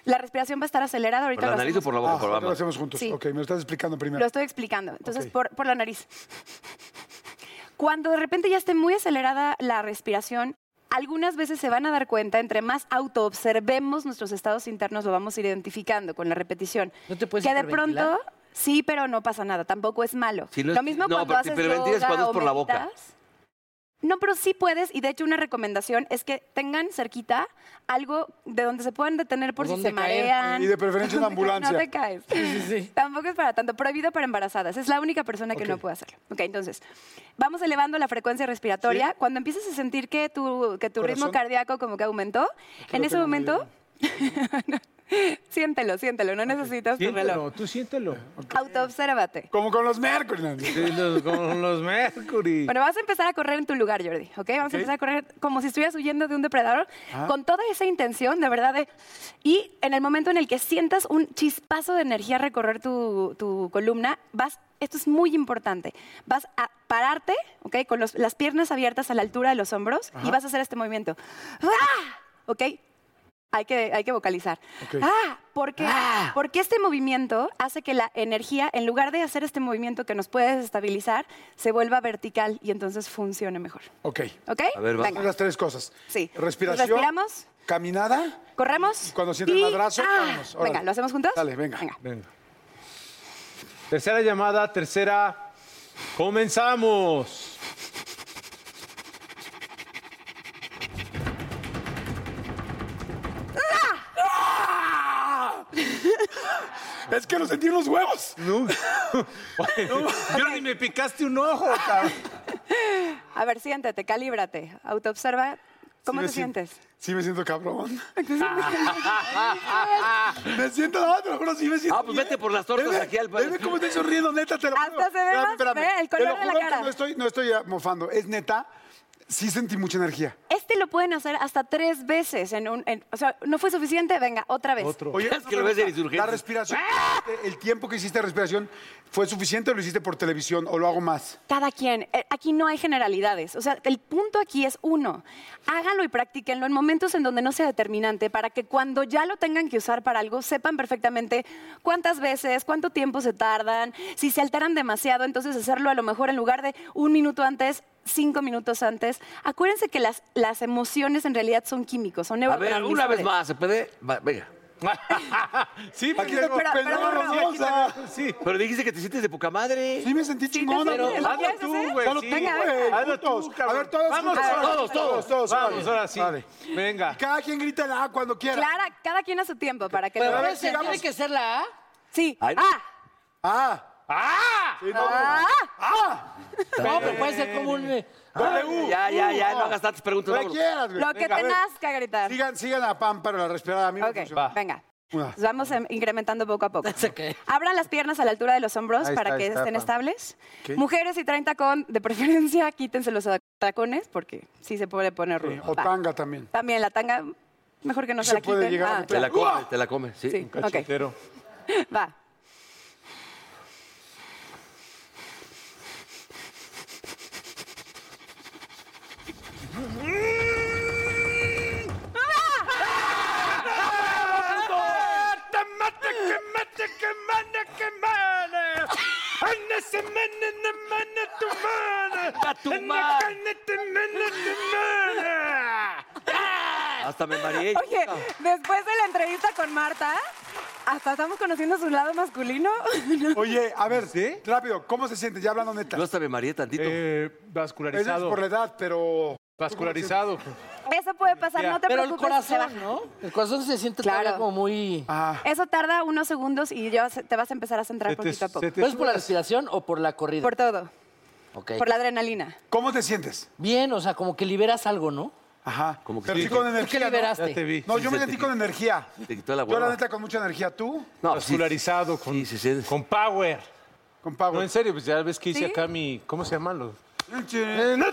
la respiración va a estar acelerada.
¿Por
Ahorita
la
lo
nariz o
hacemos-
por la boca?
Ah,
por la
lo
ambas?
hacemos juntos.
Sí.
Ok, me lo estás explicando primero.
lo estoy explicando. Entonces,
Ok.
por, por la nariz. Cuando de repente ya esté muy acelerada la respiración, algunas veces se van a dar cuenta, entre más autoobservemos nuestros estados internos, lo vamos a ir identificando con la repetición.
¿No te puedes
que de
hiperventilar?
pronto, sí, pero no pasa nada, tampoco es malo.
Sí, no es-
lo mismo
no,
cuando
pero te
haces
hiperventilas
yoga
cuando es
o
por la boca.
meditas. No, pero sí puedes, y de hecho una recomendación es que tengan cerquita algo de donde se puedan detener por
¿Por
si
dónde
se
caer?
marean.
Y de preferencia una
No te ca-
ambulancia.
No te caes. Tampoco es para tanto. Prohibido para embarazadas. Es la única persona que no puede hacerlo. Ok, entonces, vamos elevando la frecuencia respiratoria. Cuando empieces a sentir que tu, que tu ritmo
Corazón.
cardíaco como que aumentó, en ese
tengo
momento... siéntelo, siéntelo. No necesitas tu reloj.
Siéntelo, tú siéntelo.
Autoobsérvate.
Como con los Mercury. ¿no?
Sí, los- Con los Mercury.
Bueno, vas a empezar a correr en tu lugar, Jordi, ¿ok? Vamos a empezar a correr como si estuvieras huyendo de un depredador, con toda esa intención, de verdad, de... Y en el momento en el que sientas un chispazo de energía recorrer tu, tu columna, vas, esto es muy importante, vas a pararte, ¿ok? Con los- las piernas abiertas a la altura de los hombros y vas a hacer este movimiento. ¡Ah! ¿Ok? Hay que, hay que vocalizar. Ah, porque, porque este movimiento hace que la energía, en lugar de hacer este movimiento que nos puede desestabilizar, se vuelva vertical y entonces funcione mejor.
Ok.
¿Ok?
A ver, va.
Venga.
Son las tres cosas.
Sí.
Respiración.
Respiramos.
Caminada.
Corremos.
Y cuando sientas madrazo,
ah,
vámonos, órale.
venga, ¿lo hacemos juntos?
Dale, venga.
Venga. Tercera llamada, tercera. Comenzamos.
Es que lo sentí en los huevos.
Jordi, me picaste un ojo, cabrón.
A ver, siéntate, calíbrate, autoobserva. ¿Cómo
Sí,
te
sí.
sientes?
Sí me siento cabrón. me siento, no, te lo juro, sí me siento
Ah, pues vete
bien.
por las tortas
Veme,
aquí al
Veme cómo estoy sonriendo, neta, te lo
Hasta
juro.
se ve más, ve, el
Te
color
lo
de la
juro que
cara.
no estoy, no estoy ah, mofando, es neta, sí sentí mucha energía.
Este lo pueden hacer hasta tres veces. En un, en- o sea, no fue suficiente, venga, otra vez.
Oye,
Es que lo
una
ves en
pregunta,
Insurgentes.
La respiración, el tiempo que hiciste de respiración, ¿fue suficiente o lo hiciste por televisión o lo hago más?
Cada quien, eh, aquí no hay generalidades. O sea, el punto aquí es uno. Háganlo y practíquenlo en momentos en donde no sea determinante para que cuando ya lo tengan que usar para algo, sepan perfectamente cuántas veces, cuánto tiempo se tardan, si se alteran demasiado, entonces hacerlo a lo mejor en lugar de un minuto antes, cinco minutos antes. Acuérdense que las, las emociones en realidad son químicos, son
A ver, una vez
neurotransmisores.
más, PD. Va, venga.
sí,
Aquí
pero-
tengo
pero- pero-
pelona,
sí, aquí
hermosa.
tengo- sí.
Pero dijiste que te sientes de poca madre.
Sí me sentí chingona,
pero-
güey.
¿Lo
Hazlo
quieres
tú,
hacer?
güey.
Hazlo
sí.
tú, güey,
Hazlo tú,
juntos.
cabrón.
A ver, todos
Vamos,
juntos,
todos, todos, todos. Vamos,
vale.
ahora sí.
Vale.
Ah.
Venga.
Cada quien grita el A cuando quiera.
Clara, cada quien a su tiempo para que
Pero
lo
a ver,
¿cuál se-
sigamos.
tiene que ser la A.
Sí.
Ay,
Ah,
Ah,
¡Ah!
sí, no.
ah.
Ah,
No, pero puede ser como un. eh,
W.
Ya, ya, ya,
U,
no hagas tantas preguntas.
Lo que
vámonos.
quieras, güey.
Lo que te
Venga, a ver,
nazca gritar.
Sigan, sigan a Pam para la respirada. A mí me
Ok,
funciona.
venga.
Una.
Nos Vamos em, incrementando poco a poco.
ok.
Abran las piernas a la altura de los hombros
Ahí
para
está,
que
ahí está,
estén
Pam.
estables.
Ok.
Mujeres y traen tacón, de preferencia, quítense los tacones porque sí se puede poner rudo.
O
Va.
tanga también.
También la tanga, mejor que no
Sí
se,
se
la
puede
quiten.
llegar a
Ah,
Te
meter.
la comes, te la comes, sí.
sí, ok,
Cachetero.
va.
¡A tu madre! Hasta me mareé.
Oye, después de la entrevista con Marta, hasta estamos conociendo su lado masculino.
Oye, a ver, rápido, ¿cómo se siente? Ya hablando neta.
Yo hasta me mareé tantito.
Eh,
Eso es
vascularizado.
por la edad, pero...
Vascularizado.
Eso puede pasar,
Ya.
no te
Pero el
preocupes. se baja.
corazón, ¿no? El corazón se siente
Claro.
todavía como muy.
Ah,
Eso tarda unos segundos y ya se- te vas a empezar a centrar
Se te-
poquito a poco.
se te
¿Pero es por la respiración o por la corrida?
Por todo.
Ok.
Por la adrenalina.
¿Cómo te sientes?
Bien, o sea, como que liberas algo, ¿no?
Ajá.
Como que
Pero
sí.
sí con
¿Tú qué
energía, ¿no?
liberaste?
Ya te vi.
No, yo me sentí con energía.
Te quitó la
Yo la
hueva.
neta con mucha energía. ¿Tú?
No, pues sí.
Vascularizado con,
Sí, sí, sí.
con power.
Con
No,
Power.
en serio, pues ya ves que hice
¿Sí?
acá mi. ¿Cómo se llaman los?
Tiene un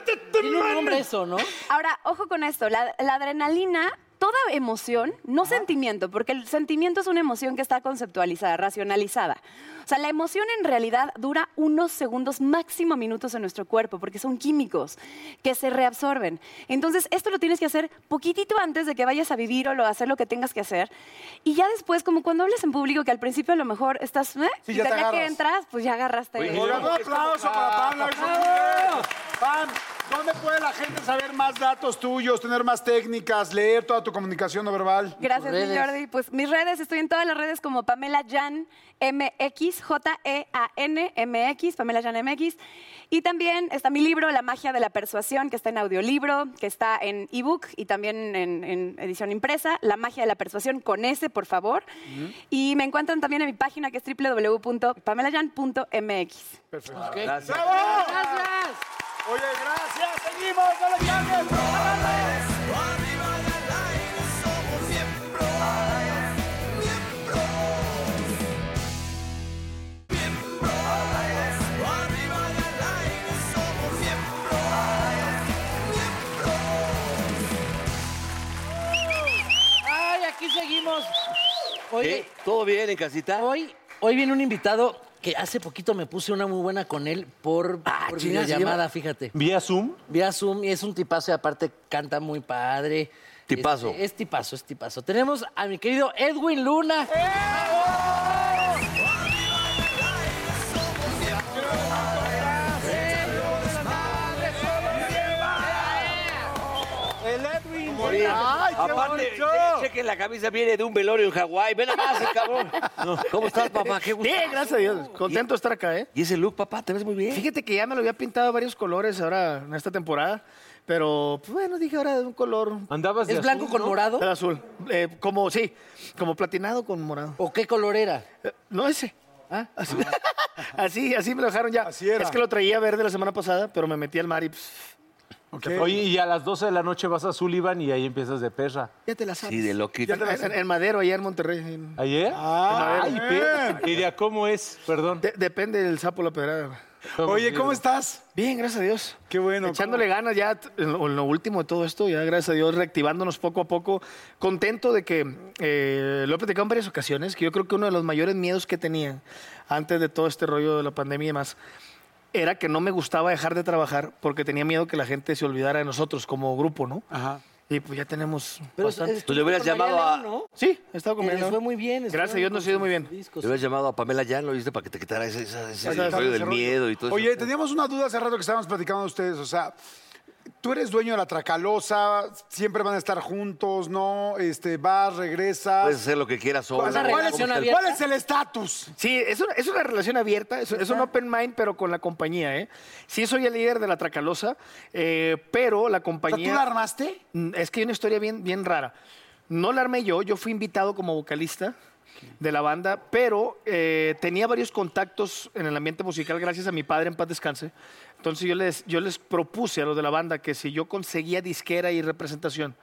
nombre eso, ¿no?
Ahora, ojo con esto. La, la adrenalina, toda emoción, no sentimiento, porque el sentimiento es una emoción que está conceptualizada, racionalizada. O sea, la emoción en realidad dura unos segundos, máximo minutos en nuestro cuerpo, porque son químicos que se reabsorben. Entonces, esto lo tienes que hacer poquitito antes de que vayas a vivir o lo, hacer lo que tengas que hacer. Y ya después, como cuando hablas en público, que al principio a lo mejor estás... ¿eh?
Sí,
y
ya
de
te
acá que
agarras.
entras, pues ya agarraste...
Oye,
Oigan, un aplauso para Pam. la hizo muy
Ah.
bien. Pam, ¿dónde puede la gente saber más datos tuyos, tener más técnicas, leer toda tu comunicación no verbal?
Gracias, mi
redes.
Jordi. Pues mis redes, estoy en todas las redes como Pamela Jan MX, E J-E-A-N MX, Pamela Jan MX. Y también está mi libro, La magia de la persuasión, que está en audiolibro, que está en ebook y también en, en edición impresa. La magia de la persuasión con ese, por favor. Y me encuentran también en mi página que es www.pamelajan.mx.
Perfecto.
Gracias.
¡Bravo!
Gracias.
Oye, gracias. Seguimos. No le cambies.
Ay, aquí seguimos. Oye,
¿Eh? ¿Todo bien en casita?
hoy, hoy viene un invitado que hace poquito me puse una muy buena con él por,
Ah,
por
chinga, ¿se
videollamada, fíjate.
Vía Zoom.
Vía Zoom y es un tipazo y aparte canta muy padre.
Tipazo.
Este, Es, tipazo, es tipazo. Tenemos a mi querido Edwin Luna.
El Edwin.
Oye,
¡Ay, qué
aparte,
bonito!
che- chequen la camisa, viene de un velorio en Hawái. Ven más, cabrón. ¿Cómo estás, papá? Qué gusto.
Bien, gracias a Dios. Contento de estar acá, ¿eh?
Y ese look, papá, te ves muy bien.
Fíjate que ya me lo había pintado varios colores ahora en esta temporada, pero pues, bueno, dije ahora de un color
Andabas de
¿Es blanco
azul,
con
¿no?
morado?
era azul. Eh, como, sí, como platinado con morado.
¿O qué color era?
Eh, no ese.
¿Ah?
Así, así, así me lo dejaron ya.
Así era.
pues, Es que lo traía verde la semana pasada, pero me metí al mar y pss,
Oye, y a las 12 de la noche vas a Sullivan y ahí empiezas de perra.
Ya te la sabes.
Sí, de loquito.
Ya te la- en, en Madero, allá en Monterrey. en-
¿Ayer?
Ah,
Ay,
bien.
pe- Iría, ¿cómo es? Perdón.
De- depende del sapo la pedrada.
Oye, ¿cómo estás?
Bien, gracias a Dios.
Qué bueno,
Echándole ganas ya t- en lo, en lo último de todo esto, ya gracias a Dios, reactivándonos poco a poco. Contento de que eh, lo he platicado en varias ocasiones, que yo creo que uno de los mayores miedos que tenía antes de todo este rollo de la pandemia y demás era que no me gustaba dejar de trabajar porque tenía miedo que la gente se olvidara de nosotros como grupo, ¿no?
Ajá.
Y pues ya tenemos.
Pero Pues
bastante.
estuvo
le hubieras
con María
llamado a-
León,
Sí, he estado
¿no?
con
Que les
Mariana.
fue muy bien.
Gracias a
estuvieron
Dios nos
con
ha ido
sus
muy bien.
discos.
Le hubieras llamado a Pamela Jan, lo viste, para que te quitara ese, ese- ese
Ya sabes,
rollo del
ese rollo.
miedo y todo eso.
Oye, teníamos una duda hace rato que estábamos platicando de ustedes. O sea, tú eres dueño de la Tracalosa, siempre van a estar juntos, ¿no? Este, vas, regresas.
Puedes hacer lo que quieras
O
solo.
Pues,
sea,
Una
¿cuál, es,
relación
cuál
abierta.
es el estatus?
Sí, es una, es una relación abierta, es, es un open mind, pero con la compañía, ¿eh? Sí, soy el líder de la Tracalosa, eh, pero la
O sea, ¿tú
compañía.
la armaste?
Mm, Es que hay una historia bien, bien rara. No la armé yo, yo fui invitado como vocalista de la banda, pero eh, tenía varios contactos en el ambiente musical gracias a mi padre en paz descanse. Entonces yo les, yo les propuse a los de la banda que si yo conseguía disquera y representación,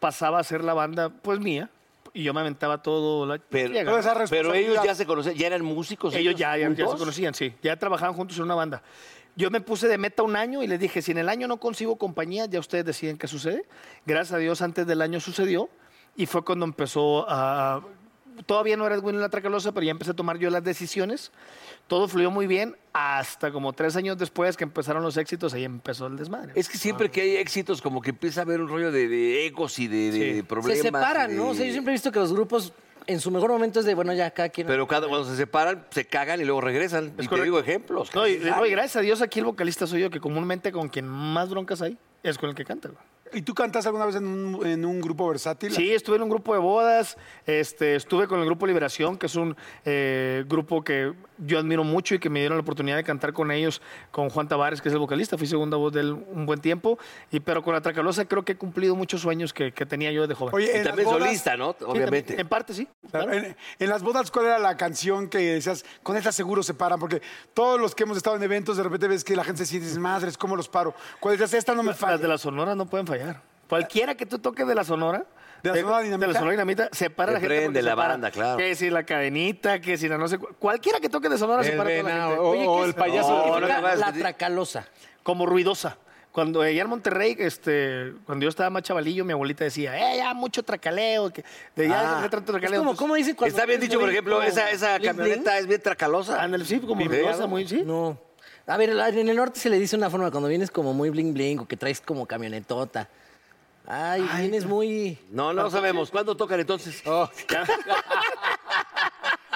pasaba a ser la banda pues mía y yo me aventaba todo. La...
Pero,
friega.
Toda esa
pero ellos
responsabilidad.
ya se conocían, ya eran músicos.
Ellos ya, ya- ya se
juntos.
conocían, sí. Ya trabajaban juntos en una banda. Yo me puse de meta un año y les dije, si en el año no consigo compañía, ya ustedes deciden qué sucede. Gracias a Dios, antes del año sucedió y fue cuando empezó a... Todavía no era Edwin en la Tracalosa, pero ya empecé a tomar yo las decisiones. Todo fluyó muy bien hasta como tres años después que empezaron los éxitos, ahí empezó el desmadre.
Es que siempre que hay éxitos, como que empieza a haber un rollo de, de egos y de, de problemas.
Se separan,
y
¿no?
de-
O sea, yo siempre he visto que los grupos en su mejor momento es de, bueno, ya cada quien.
Pero cada, cuando se separan, se cagan y luego regresan. y te
correcto.
digo ejemplos.
No, y, no, y gracias a Dios aquí el vocalista soy yo, que comúnmente con quien más broncas hay es con el que canta. güey.
¿Y tú cantaste alguna vez en un, en un grupo versátil?
Sí, estuve en un grupo de bodas, este, estuve con el grupo Liberación, que es un eh, grupo que yo admiro mucho y que me dieron la oportunidad de cantar con ellos, con Juan Tavares, que es el vocalista, fui segunda voz de él un buen tiempo, y, pero con la Tracalosa creo que he cumplido muchos sueños que, que tenía yo de joven.
Oye,
Y
en las
también
bodas-
solista, ¿no?
Sí, también,
Obviamente.
En parte sí.
Claro, En, en las bodas, ¿cuál era la canción que decías, con esta seguro se paran? Porque todos los que hemos estado en eventos, de repente ves que la gente se siente y dices, madres, ¿cómo los paro? ¿Cuál decías, esta no me
Las de
falla?
la Sonora no pueden fallar. Cualquiera que tú toques de la Sonora. eh,
¿De la Sonora
de
Dinamita?
la Sonora Dinamita, se para
Se
la gente. porque
prende
se
la
para.
banda, claro.
Que si la cadenita, que si la no sé. cu- Cualquiera que toque de Sonora se
El
para. toda la
venado,
gente.
o-
Oye,
o
¿qué
el
es-
payaso.
qué
No,
significa
no te vayas a
la
decir-
tracalosa.
como ruidosa. Cuando eh, allá en Monterrey, este, cuando yo estaba más chavalillo, mi abuelita decía, eh, ya mucho tracaleo, que de ya
Ah.
se trata de
Es
tracaleo.
como,
Entonces,
¿cómo dicen cuando
Está bien
es
dicho, por
muy
ejemplo,
como
esa, esa
bling, bling?
camioneta es bien tracalosa.
ándale, sí, como
Pimpeado.
ruidosa, muy, sí.
No. A ver, la- en el norte se le dice una forma, cuando vienes como muy bling bling o que traes como camionetota. Ay, vienes muy...
No, no sabemos. ¿Cuándo tocan entonces?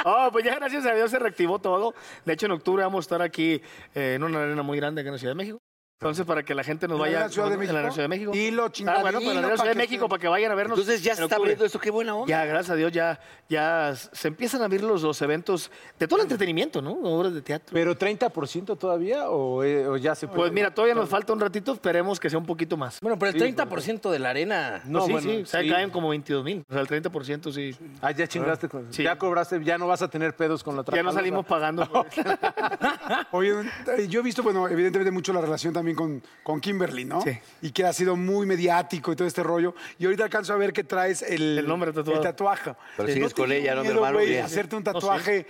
Oh, pues ya gracias a Dios se reactivó todo. De hecho, en octubre vamos a estar aquí eh, en una arena muy grande acá en la Ciudad de México. Entonces, para que la gente nos
¿En la
vaya
Arena Ciudad de
en la Arena
México?
Ciudad de México.
Dilo,
Ah,
chingada,
bueno, para la
dilo,
Arena
pa'
Ciudad de
que
México,
se-
para que vayan a vernos.
Entonces ya
en
se está
octubre.
abriendo esto. Qué buena onda.
Ya, gracias a Dios, ya, ya se empiezan a abrir los, los eventos de todo el entretenimiento, ¿no? Obras de teatro.
¿Pero 30% todavía o, eh, o ya se puede?
Pues mira, todavía nos falta un ratito, esperemos que sea un poquito más.
Bueno, pero el 30% de la arena...
No,
Pues sí,
bueno,
sí, o sea,
sí.
caen como 22 mil, o sea, el 30% sí.
Ah, ya chingaste. con-
Sí.
Ya cobraste, ya no vas a tener pedos con
Ya
la
no
tracalosa.
salimos pagando. por eso.
Oye, eh, yo he visto, bueno, evidentemente mucho la relación también con, con Kimberly, ¿no?
Sí.
Y que ha sido muy mediático y todo este rollo. Y ahorita alcanzo a ver que traes el,
El nombre tatuado.
el tatuaje.
Pero sigues
te
con
dio
ella, ¿no, mi
miedo,
hermano?
güey,
Bien.
hacerte un tatuaje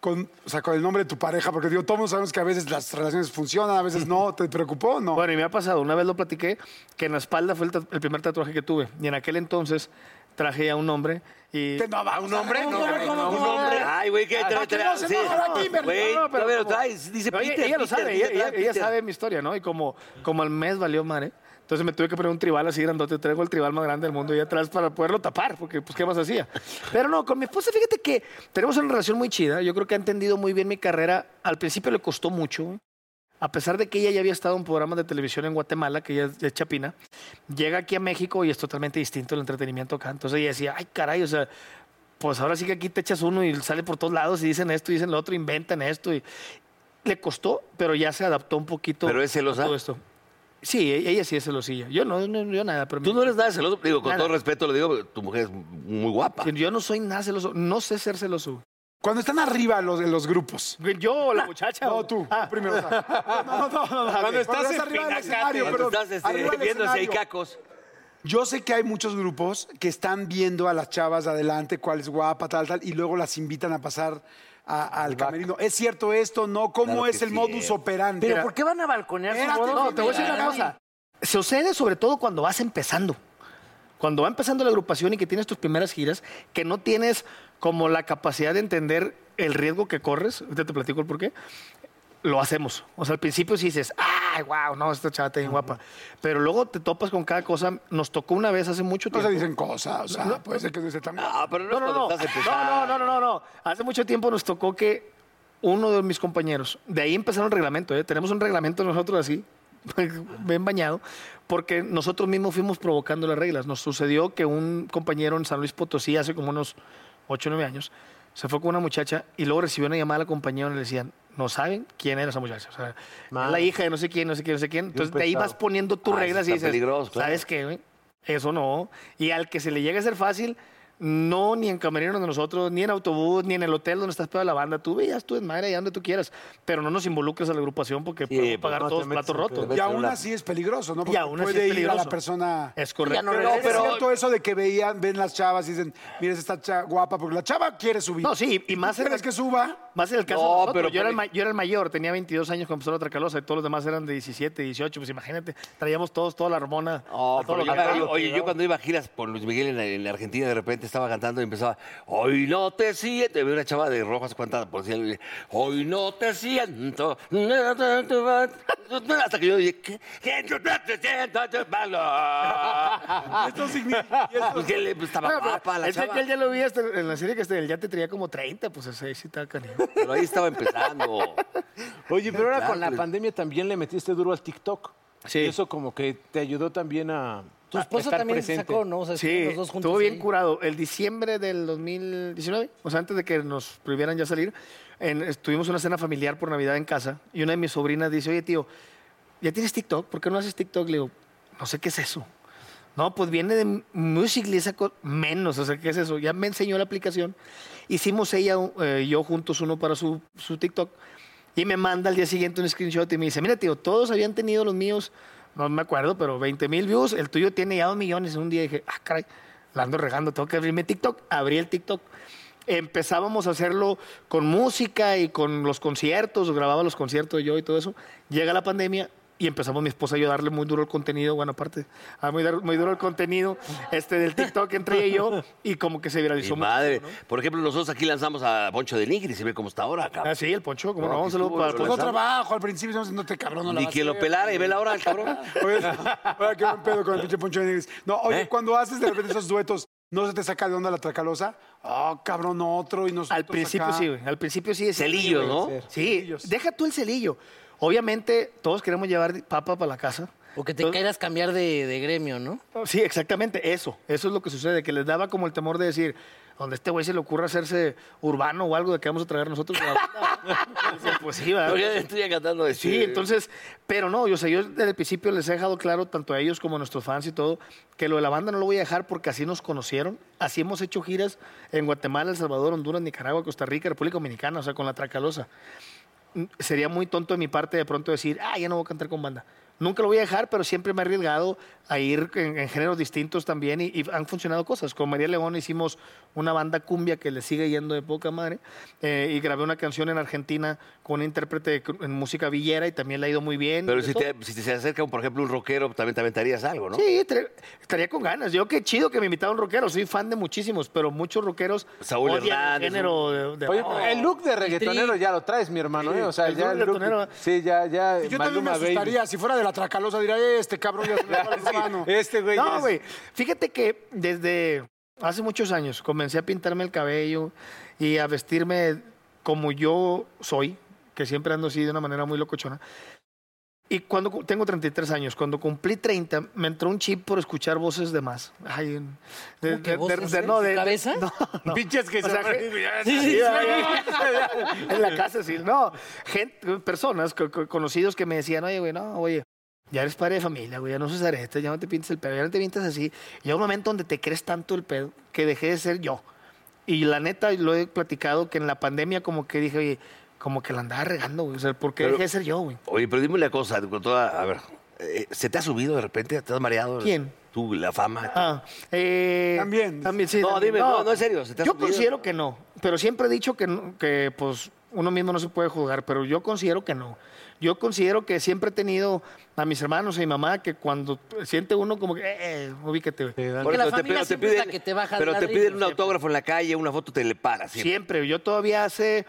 con, o sea, con el nombre de tu pareja, porque digo, todos sabemos que a veces las relaciones funcionan, a veces no. ¿Te preocupó o no?
bueno, y me ha pasado, una vez lo platiqué, que en la espalda fue el, ta- el primer tatuaje que tuve. Y en aquel entonces traje a un hombre y...
Te- no, va, un hombre, no, güey, no,
Un hombre. Ay, güey,
Ah,
que
¿para qué no se enoja la Kimberly?
Güey,
No, no, pero
todavía lo
como-
traes. Dice
No, ella-
Peter.
ella lo
Peter,
sabe,
Peter,
ella, ella-
Peter.
ella sabe mi historia, ¿no? Y como, como al mes valió madre, entonces me tuve que poner un tribal así grandote, traigo el tribal más grande del mundo y atrás para poderlo tapar, porque pues qué más hacía. Pero no, con mi esposa, fíjate que tenemos una relación muy chida, yo creo que ha entendido muy bien mi carrera, al principio le costó mucho, a pesar de que ella ya había estado en programas de televisión en Guatemala, que ella es- es chapina, llega aquí a México y es totalmente distinto el entretenimiento acá. Entonces ella decía, ay, caray, o sea, pues ahora sí que aquí te echas uno y sale por todos lados y dicen esto y dicen lo otro, inventan esto. Y... Le costó, pero ya se adaptó un poquito
Pero es
a
celosa.
todo esto. Sí, e- ella sí es celosilla. Yo no, no- yo nada. Pero
Tú no eres nada celoso. Digo, con
Nada.
todo respeto, lo digo, tu mujer es muy guapa.
Yo no soy nada celoso. No sé ser celoso.
Cuando están arriba los de los grupos.
¿Yo o la muchacha?
No,
o-
tú,
Ah.
primero. o sea, no, no, no, no, no.
Cuando estás en
arriba del
Pinacate,
escenario,
Cuando
pero
estás este, viendo si hay cacos.
Yo sé que hay muchos grupos que están viendo a las chavas de adelante, cuál es guapa, tal, tal, y luego las invitan a pasar a- al camerino. ¿Es cierto esto? ¿No? ¿Cómo
Claro que
es el
sí
modus
es.
operandi?
Pero ¿por qué van a balconear su
Espérate,
boda?
No, te voy a decir una cosa. Sucede sobre todo cuando vas empezando. Cuando va empezando la agrupación y que tienes tus primeras giras, que no tienes como la capacidad de entender el riesgo que corres, ahorita te platico el por qué, lo hacemos. O sea, al principio sí dices, ay, wow, no, esta chava está bien guapa. Pero luego te topas con cada cosa. Nos tocó una vez hace mucho
No
tiempo.
se dicen cosas, o sea, puede ser que no esté tan...
Ah, pero no,
No,
es
no,
cuando
no.
estás
No, no,
empezando.
no, no, no. Hace mucho tiempo nos tocó que uno de mis compañeros, de ahí empezaron el reglamento, ¿eh? tenemos un reglamento nosotros así, bien bañado, porque nosotros mismos fuimos provocando las reglas. Nos sucedió que un compañero en San Luis Potosí hace como unos 8 o 9 años se fue con una muchacha y luego recibió una llamada a la compañera y le decían, no saben quién era esa muchacha. O sea, es la hija de no sé quién, no sé quién, no sé quién. Entonces de ahí vas poniendo tus
Ah, eso
reglas y
está
dices,
peligroso, claro.
¿sabes qué? güey? Eso no. Y al que se le llegue a ser fácil, no ni en camerino de nosotros, ni en autobús, ni en el hotel donde estás pedo de la banda. Tú veías tú en madre allá donde tú quieras, pero no nos involucres a la agrupación porque
Sí,
podemos
pues
pagar
no te
todos
metes
platos
en
rotos.
pedo.
Y aún así es peligroso, ¿no?
Y aún así
puede
es
ir a la
peligroso.
persona...
Es correcto.
Ya no
Pero,
regresas.
es cierto eso de que veían, ven las chavas y dicen, mira, esta cha- guapa, porque la chava quiere subir.
No, sí, y más en
¿Quieres
el-
que suba?
Más en el caso
No,
de nosotros.
pero
yo, era el,
pone-
ma- yo era el mayor, tenía 22 años cuando empezó la tracalosa y todos los demás eran de 17, 18. Pues imagínate, traíamos todos toda la hormona.
No,
a todo
pero
lo
yo-
que daba.
yo- oye, yo cuando iba a giras por Luis Miguel en, en Argentina, de repente estaba cantando y empezaba, hoy no te siento, y había una chava de rojas cuantas, por decir, hoy no te siento, na, na, na, na", hasta que yo dije, ¿qué? ¿Qué? Yo no te siento, te malo".
Esto significa... y esto-
Pues que le- pues, estaba
Bueno, pero
guapa la
es que
chava,
aquel ya lo vi hasta en la serie que este, ya te traía como 30, pues ese sí está canijo.
pero ahí estaba empezando.
Oye, pero ahora
Claro,
con la
pues.
pandemia también le metiste duro al TikTok.
Sí.
Y Eso como que te ayudó también a
Tu
a
esposa
estar
también
presente.
sacó, ¿no? O sea,
Ah, Sí,
estuvieron los dos juntos
estuvo bien
ahí.
curado. El diciembre del 2019, o sea, antes de que nos prohibieran ya salir, en- estuvimos una cena familiar por Navidad en casa y una de mis sobrinas dice, oye tío, ¿ya tienes TikTok? ¿Por qué no haces TikTok? Le digo, no sé qué es eso. No, pues viene de Musical.ly esa cosa. Menos, o sea, ¿qué es eso? Ya me enseñó la aplicación. Hicimos ella eh, y yo juntos uno para su, su TikTok. Y me manda al día siguiente un screenshot y me dice, mira, tío, todos habían tenido los míos, no me acuerdo, pero 20 mil views. El tuyo tiene ya dos millones en un día. Y dije, ah, caray, la ando regando, tengo que abrirme TikTok. Abrí el TikTok. Empezábamos a hacerlo con música y con los conciertos, grababa los conciertos yo y todo eso. Llega la pandemia y empezamos mi esposa y yo a darle muy duro el contenido, bueno, aparte, a muy, dar- muy duro el contenido este, del TikTok entre ella y yo y como que se
Mi
viralizó mucho,
madre,
¿no?
por ejemplo, nosotros aquí lanzamos a Poncho de Nigri, se ve cómo está ahora,
Ah,
cabrón.
sí, el poncho, como
No,
no, un
aquí
saludo
estuvo,
para el
lo
Pues no
poncho.
trabajo, al principio estamos no te cabrón, no la
Ni
vas a
que lo
hacer".
pelara y ve la hora, el cabrón.
Oye, ahora qué buen pedo con el pinche Poncho de Nigris. No, oye,
¿Eh?
cuando haces de repente esos duetos, ¿no se te saca de onda la tracalosa? Ah, cabrón, otro y nosotros
Al principio
acá.
sí, güey. Al principio sí es
Celillo, ¿no?
Sí, deja tú el celillo. Obviamente, todos queremos llevar papa para la casa.
O que te quieras cambiar de, de gremio, ¿no?
Sí, exactamente, eso. Eso es lo que sucede, que les daba como el temor de decir, donde este güey se le ocurra hacerse urbano o algo de que vamos a traer nosotros. de la banda". Decía, pues sí, ¿verdad?
Yo ya estoy cantando este, de
Sí, entonces, pero no, yo sé, yo desde el principio les he dejado claro, tanto a ellos como a nuestros fans y todo, que lo de la banda no lo voy a dejar porque así nos conocieron, así hemos hecho giras en Guatemala, El Salvador, Honduras, Nicaragua, Costa Rica, República Dominicana, o sea, con la Tracalosa. Mm, Sería muy tonto de mi parte de pronto decir, ah, ya no voy a cantar con banda. Nunca lo voy a dejar, pero siempre me he arriesgado a ir en, en géneros distintos también y, y han funcionado cosas. Con María León hicimos una banda cumbia que le sigue yendo de poca madre eh, y grabé una canción en Argentina con un intérprete de cru- en música villera y también le ha ido muy bien.
Pero
De
si
todo.
te, si te se acerca, por ejemplo, un rockero, también te aventarías algo, ¿no?
Sí, tra- estaría con ganas. Yo qué chido que me invitaron rockeros. Soy fan de muchísimos, pero muchos rockeros
Saúl
odian el
Hernández,
género de, de-
Oye,
Oh.
Este, el look de reggaetonero ya lo traes, mi hermano, ¿eh? O sea,
el
ya
look
el look.
reggaetonero.
Sí, ya, ya.
Yo también me
Maluma Baby.
asustaría. Si fuera de la tracalosa, diría, este cabrón ya se me va el urbano.
Este güey. ya
No,
es-
güey. Fíjate que desde hace muchos años comencé a pintarme el cabello y a vestirme como yo soy, que siempre ando así de una manera muy locochona. Y cuando cu- tengo 33 años, cuando cumplí 30, me entró un chip por escuchar voces de más. Ay, en- de,
¿Cómo
de-
que
de-
voces
de-
en
no,
su
de- de-
cabeza?
no, no.
Pinches que
O sea,
se.
que-
Sí, sí,
Sí,
sí.
sí. en la casa, sí. No, gente, personas, co- co- conocidos que me decían, oye, güey, no, oye, ya eres padre de familia, güey, ya no usas aretes, ya no te pintas el pelo, ya no te pintas así. Llega un momento donde te crees tanto el pedo que dejé de ser yo. Y y la neta, lo he platicado, que en la pandemia como que dije, oye, como que la andaba regando, güey. O sea, ¿por qué
Pero-
dejé de ser yo, güey?
Oye, pero dime una cosa, con toda- a ver, eh, ¿se te ha subido de repente? ¿Te has mareado?
¿Quién?
Tú, la fama.
Ah, eh,
También.
También, sí.
No,
también.
dime, no, no, en serio, ¿se te ha
yo
subido?
considero que no, pero siempre he dicho que, no- que pues, uno mismo no se puede juzgar, pero yo considero que no. Yo considero que siempre he tenido a mis hermanos y a mi mamá que cuando siente uno como que, eh, eh, ubícate, güey.
Porque la
eso
familia
pero
siempre es la que te baja
Pero
la
te
ritmo,
piden un
siempre.
autógrafo en la calle, una foto, te le paras. siempre.
Siempre. Yo todavía hace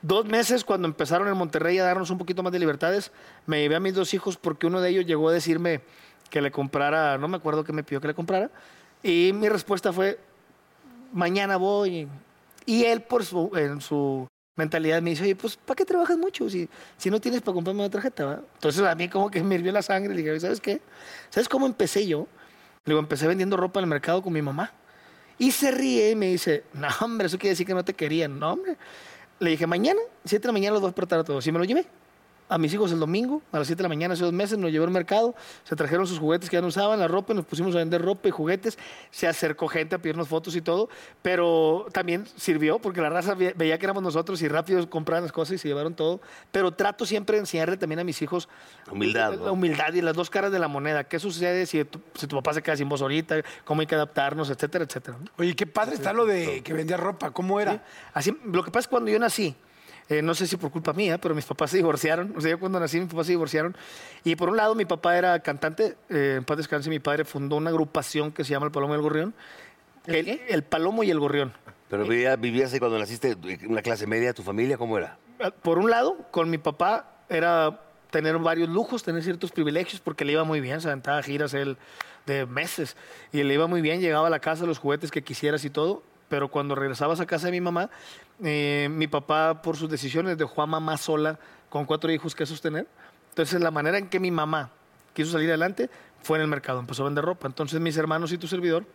dos meses, cuando empezaron en Monterrey a darnos un poquito más de libertades, me llevé a mis dos hijos porque uno de ellos llegó a decirme que le comprara, no me acuerdo qué me pidió que le comprara, y mi respuesta fue, mañana voy. Y él, por su, en su mentalidad, me dice, oye, pues, ¿para qué trabajas mucho si, si no tienes para comprarme una tarjeta? va?". Entonces, a mí como que me hirvió la sangre. Le dije, ¿sabes qué? ¿Sabes cómo empecé yo? Le digo, empecé vendiendo ropa en el mercado con mi mamá. Y se ríe y me dice, no, hombre, eso quiere decir que no te querían. No, hombre. Le dije, mañana, 7 de la mañana los voy a portar a todos. Y me lo llevé. A mis hijos el domingo, a las 7 de la mañana, hace dos meses, nos llevé al mercado, se trajeron sus juguetes que ya no usaban, la ropa, y nos pusimos a vender ropa y juguetes. Se acercó gente a pedirnos fotos y todo, pero también sirvió porque la raza ve- veía que éramos nosotros y rápido compraban las cosas y se llevaron todo. Pero trato siempre de enseñarle también a mis hijos
Humildad,
la
¿no?
humildad y las dos caras de la moneda. ¿Qué sucede si tu, si tu papá se queda sin voz ahorita? ¿Cómo hay que adaptarnos? Etcétera, etcétera. ¿no?
Oye, qué padre está lo de que vendía ropa. ¿Cómo era?
Así, lo que pasa es cuando yo nací, eh, no sé si por culpa mía, pero mis papás se divorciaron. O sea, yo cuando nací, mis papás se divorciaron. Y por un lado, mi papá era cantante, eh, en paz descanse, mi padre fundó una agrupación que se llama El Palomo y el Gorrión. El, el Palomo y el Gorrión.
Pero vivía- vivías ahí cuando naciste en una clase media, tu familia, ¿cómo era?
Ah, Por un lado, con mi papá era tener varios lujos, tener ciertos privilegios, porque le iba muy bien, se aventaba giras él de meses, y le iba muy bien, llegaba a la casa, los juguetes que quisieras y todo, pero cuando regresabas a casa de mi mamá, eh, mi papá, por sus decisiones, dejó a mamá sola con cuatro hijos que sostener. Entonces, la manera en que mi mamá quiso salir adelante fue en el mercado, empezó a vender ropa. Entonces, mis hermanos y tu servidor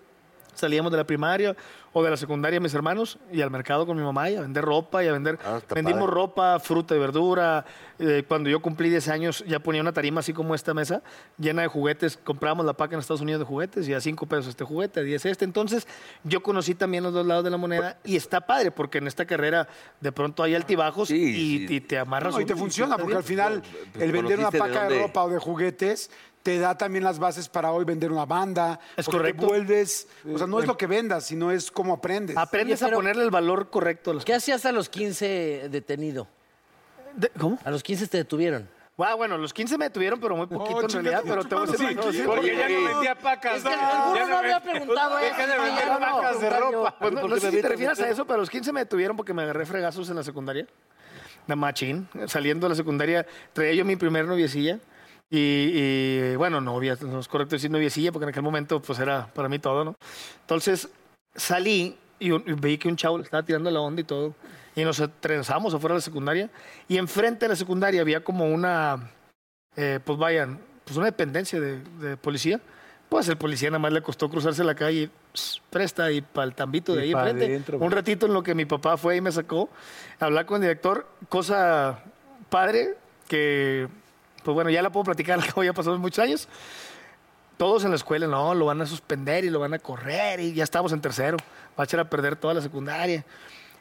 Salíamos de la primaria o de la secundaria, mis hermanos, y al mercado con mi mamá y a vender ropa y a vender.
Ah, está
Vendimos
padre.
ropa, fruta y verdura. Eh, cuando yo cumplí 10 años, ya ponía una tarima así como esta mesa, llena de juguetes. Comprábamos la paca en Estados Unidos de juguetes y a 5 pesos este juguete, a 10 este. Entonces, yo conocí también los dos lados de la moneda y está padre porque en esta carrera de pronto hay altibajos
Sí,
y,
sí.
y te amarras.
No, y te
uno
funciona,
está
porque al
bien.
final
Pero,
el vender una
¿conociste de
paca de,
dónde?
ropa o de juguetes te da también las bases para hoy vender una banda.
Es
porque
correcto.
vuelves, o sea, no es lo que vendas, sino es cómo aprendes.
Aprendes
Oye,
a
pero-
ponerle el valor correcto a las
¿Qué hacías a los 15 detenido?
De- ¿Cómo?
A los 15 te detuvieron.
Ah, bueno, los 15 me tuvieron, pero muy poquito en
chinga,
realidad.
tú
Pero te voy a
chupando
decir-
cinco,
sí,
cinco.
Oye,
Porque ya no
oye.
vendía pacas.
Es que
¿no?
alguno
Ya
no había
vendía-
preguntado eso,
Deja de
ya
vender
no,
pacas de
pregunta yo.
ropa.
Pues no,
¿Por
no
qué
sé
me
si te
metes?
refieres a eso, pero los 15 me detuvieron porque me agarré fregazos en la secundaria. De machín. Saliendo de la secundaria, traía yo mi primer noviecilla. Y, y, bueno, novia, no es correcto decir noviecilla porque en aquel momento pues era para mí todo, ¿no? Entonces salí y, un- y vi que un chavo le estaba tirando la onda y todo. Y nos trenzamos afuera de la secundaria. Y enfrente de la secundaria había como una, eh, pues vayan, pues una dependencia de, de policía. Pues el policía nada más le costó cruzarse la calle, pss, presta y para el tambito de
Y
ahí
pa'
enfrente.
adentro,
un ratito en lo que mi papá fue y me sacó, hablar con el director, cosa padre que, pues bueno, ya la puedo platicar, al cabo ya pasaron muchos años. Todos en la escuela, no, lo van a suspender y lo van a correr y ya estamos en tercero. Va a echar a perder toda la secundaria.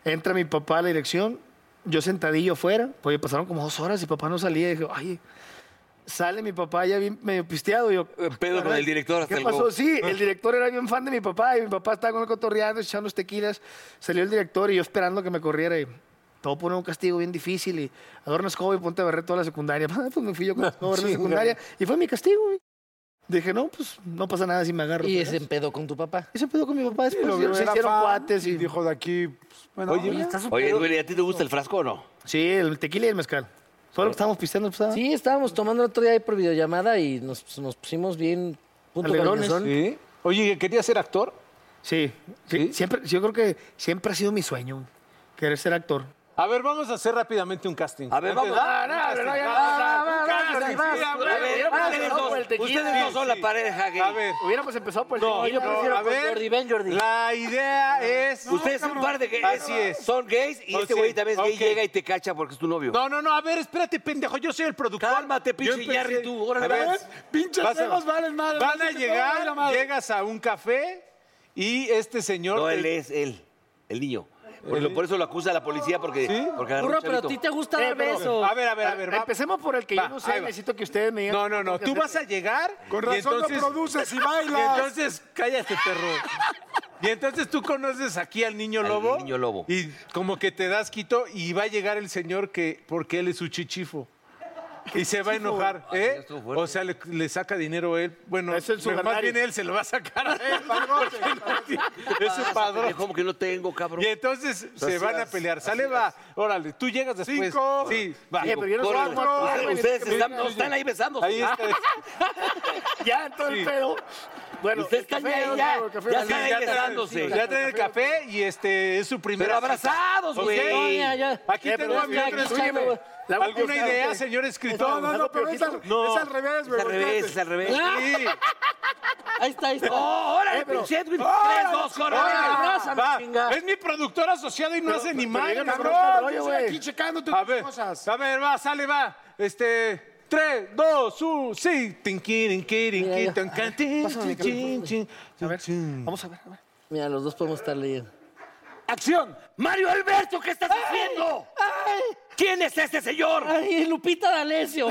Entra mi papá a la dirección, yo sentadillo afuera, pues pasaron como dos horas y papá no salía. Y dije, ay, sale mi papá ya bien medio pisteado. Yo,
Eh, pedo con el director hasta
¿Qué
el
pasó?
go.
Sí,
Ah.
el director era bien fan de mi papá y mi papá estaba con el cotorreando, echando los tequilas. Salió el director y yo esperando que me corriera y todo pone un castigo bien difícil y adorna escoba y ponte a barrer toda la secundaria. Pues me fui yo con
Ah,
la escoba a barrer la secundaria y fue mi castigo. güey. Dije, no, pues no pasa nada si me agarro.
Y
Pero-
se empedó con tu papá.
y se empezó con mi papá
Y
después.
lo
y
vio,
pues, se
era
hicieron
fan,
cuates y...
Dijo de aquí, pues, bueno,
Oye,
ya.
Oye, Dueli, ¿a ti te gusta el frasco o no?
Sí, el tequila y el mezcal. Fue lo que estábamos pisteando. Pues,
Sí, estábamos tomando el otro día ahí por videollamada y nos, nos pusimos bien punto
Alegrones.
cabezón.
Sí. Oye, ¿querías ser actor?
Sí, sí,
¿Sí?
Siempre, yo creo que siempre ha sido mi sueño querer ser actor.
A ver, vamos a hacer rápidamente un casting.
A ver,
Antes-
vamos.
Ah, no, no, no, ya
A ver, ustedes dos, ustedes dos son la pareja
no. A
gay.
ver.
Hubiéramos empezado por el
No,
tequila.
no, a ver,
Jordi, ven, Jordi.
La idea es.
Ustedes son un par de gays.
Así es.
Son gays y
O
este
sea,
güey también es
ok.
gay, llega y te cacha porque es tu novio.
No, no, no, a ver, espérate, pendejo. Yo soy el productor.
Cálmate,
Yo
pinche
empecé-
Jerry, tú, órale,
A ver,
vas.
Pinches
vas a-
cebos valen madre,
Van
no
a
sé qué te va a valer la
llegar,
madre.
llegas a un café y este señor.
No,
te-
él es él. el niño. Por, lo- por eso lo acusa la policía porque, porque agarró
Burro,
un
pero a
chavito.
ti te gusta dar
pero-
besos. Eh,
A ver, a ver, a ver. va.
Empecemos por el que
Va,
yo no
ahí
sé.
va.
Necesito que ustedes me digan.
No, no, no.
qué tengo
Tú
que
vas a
hacer.
llegar.
Con
y
razón no
entonces,
produces y
Y
bailas.
entonces, cállate, perro. Y entonces tú conoces aquí al niño
Al
lobo.
niño lobo.
Y como que te das quito y va a llegar el señor que, porque él es su chichifo. Y se va a enojar,
Ah,
¿eh?
ya estuvo fuerte.
o sea, le, le saca dinero él. Bueno,
Es el
pero más
sugar daddy.
bien él se lo va a sacar a él. porque no tiene- es su
Pásate,
padrón.
¿Cómo Ah, que no tengo, cabrón?
Y entonces se van a pelear. Sale, va. Órale, tú llegas después.
Cinco.
Sí, va.
Eh, pero yo no
Por-
soy muerto,
ustedes-
güey.
ustedes están, no están ahí besando.
Ahí está.
Ya, todo el pedo. Bueno,
Ustedes
el café,
están ahí,
el
ya.
café, el café,
Ya
el
Sí,
están
café.
ahí
ya traen-
besándose.
Ya traen el café y este es su primer.
Pero abrazados,
Ok.
güey.
No, ya, ya.
Aquí
Eh,
tengo
pero
a mi
ya,
otro
escúchame,
escribe.
güey.
La voy a
¿Alguna
buscar,
idea,
¿qué?
señor escritor?
No, no, no, pero es al,
No.
es al revés,
Es
güey.
al revés, es
volteate.
al revés. Ah.
Sí.
Ahí está, ahí está.
¡Oh, órale, pinche Edwin! ¡Tres, dos,
órale,
corre!
abrázame,
Va,
chinga.
Es mi productor asociado y no hace ni mal,
díganos
cabrón.
cómo está el
Yo
rollo,
estoy
güey.
aquí checando tus
A ver,
cosas. A ver, va, sale, va. Este. 3, 2, 1, sí. Tinquirin, quirin,
Mira, yo-
quitan, cantin,
pásame,
chin, chin, chin,
A ver,
chin.
vamos a ver, a ver.
Mira, los dos podemos estar leyendo.
Ah, ¡Acción! ¡Mario Alberto, qué estás haciendo! ¿Quién es este señor?
¡Ay, Lupita D'Alessio!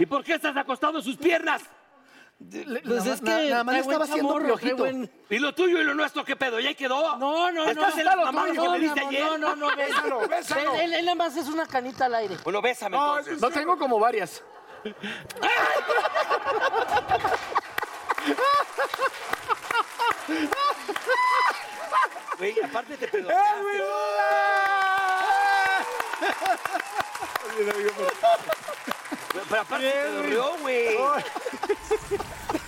¿Y por qué estás acostado en sus piernas?
Pues
Nada
es
más-
que
nada más
trae
le estaba
buen
haciendo
chamorro, trae
piojito.
buen-
¿Y lo tuyo y lo nuestro qué pedo? ¿Y ahí quedó?
No, no, no.
¿Estás en
Está
las
lo
mamadas
tuyo.
que me
No,
diste
mi amor,
ayer?
No, no, no. ven.
Bésalo, bésalo.
Él, él- él nada más es una canita al aire.
Bueno, bésame entonces.
No tengo como varias.
Güey, aparte te
Eh,
pedo. Pero aparte te dolió, güey.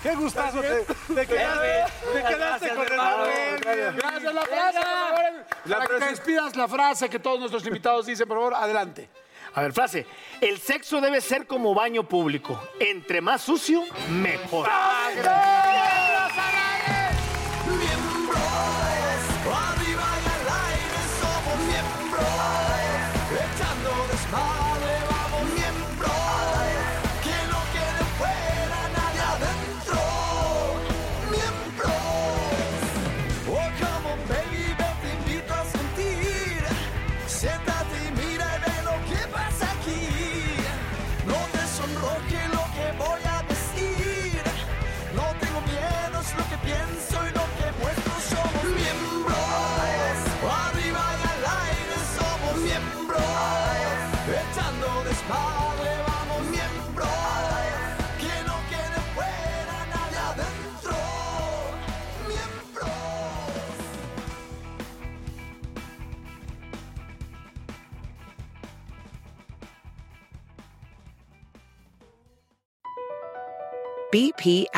Qué gustazo. Te, te
Eh,
quedaste, te
güey.
quedaste
Gracias,
con el
hermano.
Manuel. Gracias, la frase,
Venga.
por favor.
La
Para que
frase.
te despidas la frase que todos nuestros invitados dicen, por favor, adelante.
A ver, frase. El sexo debe ser como baño público. Entre más sucio, mejor.
Oh,
BP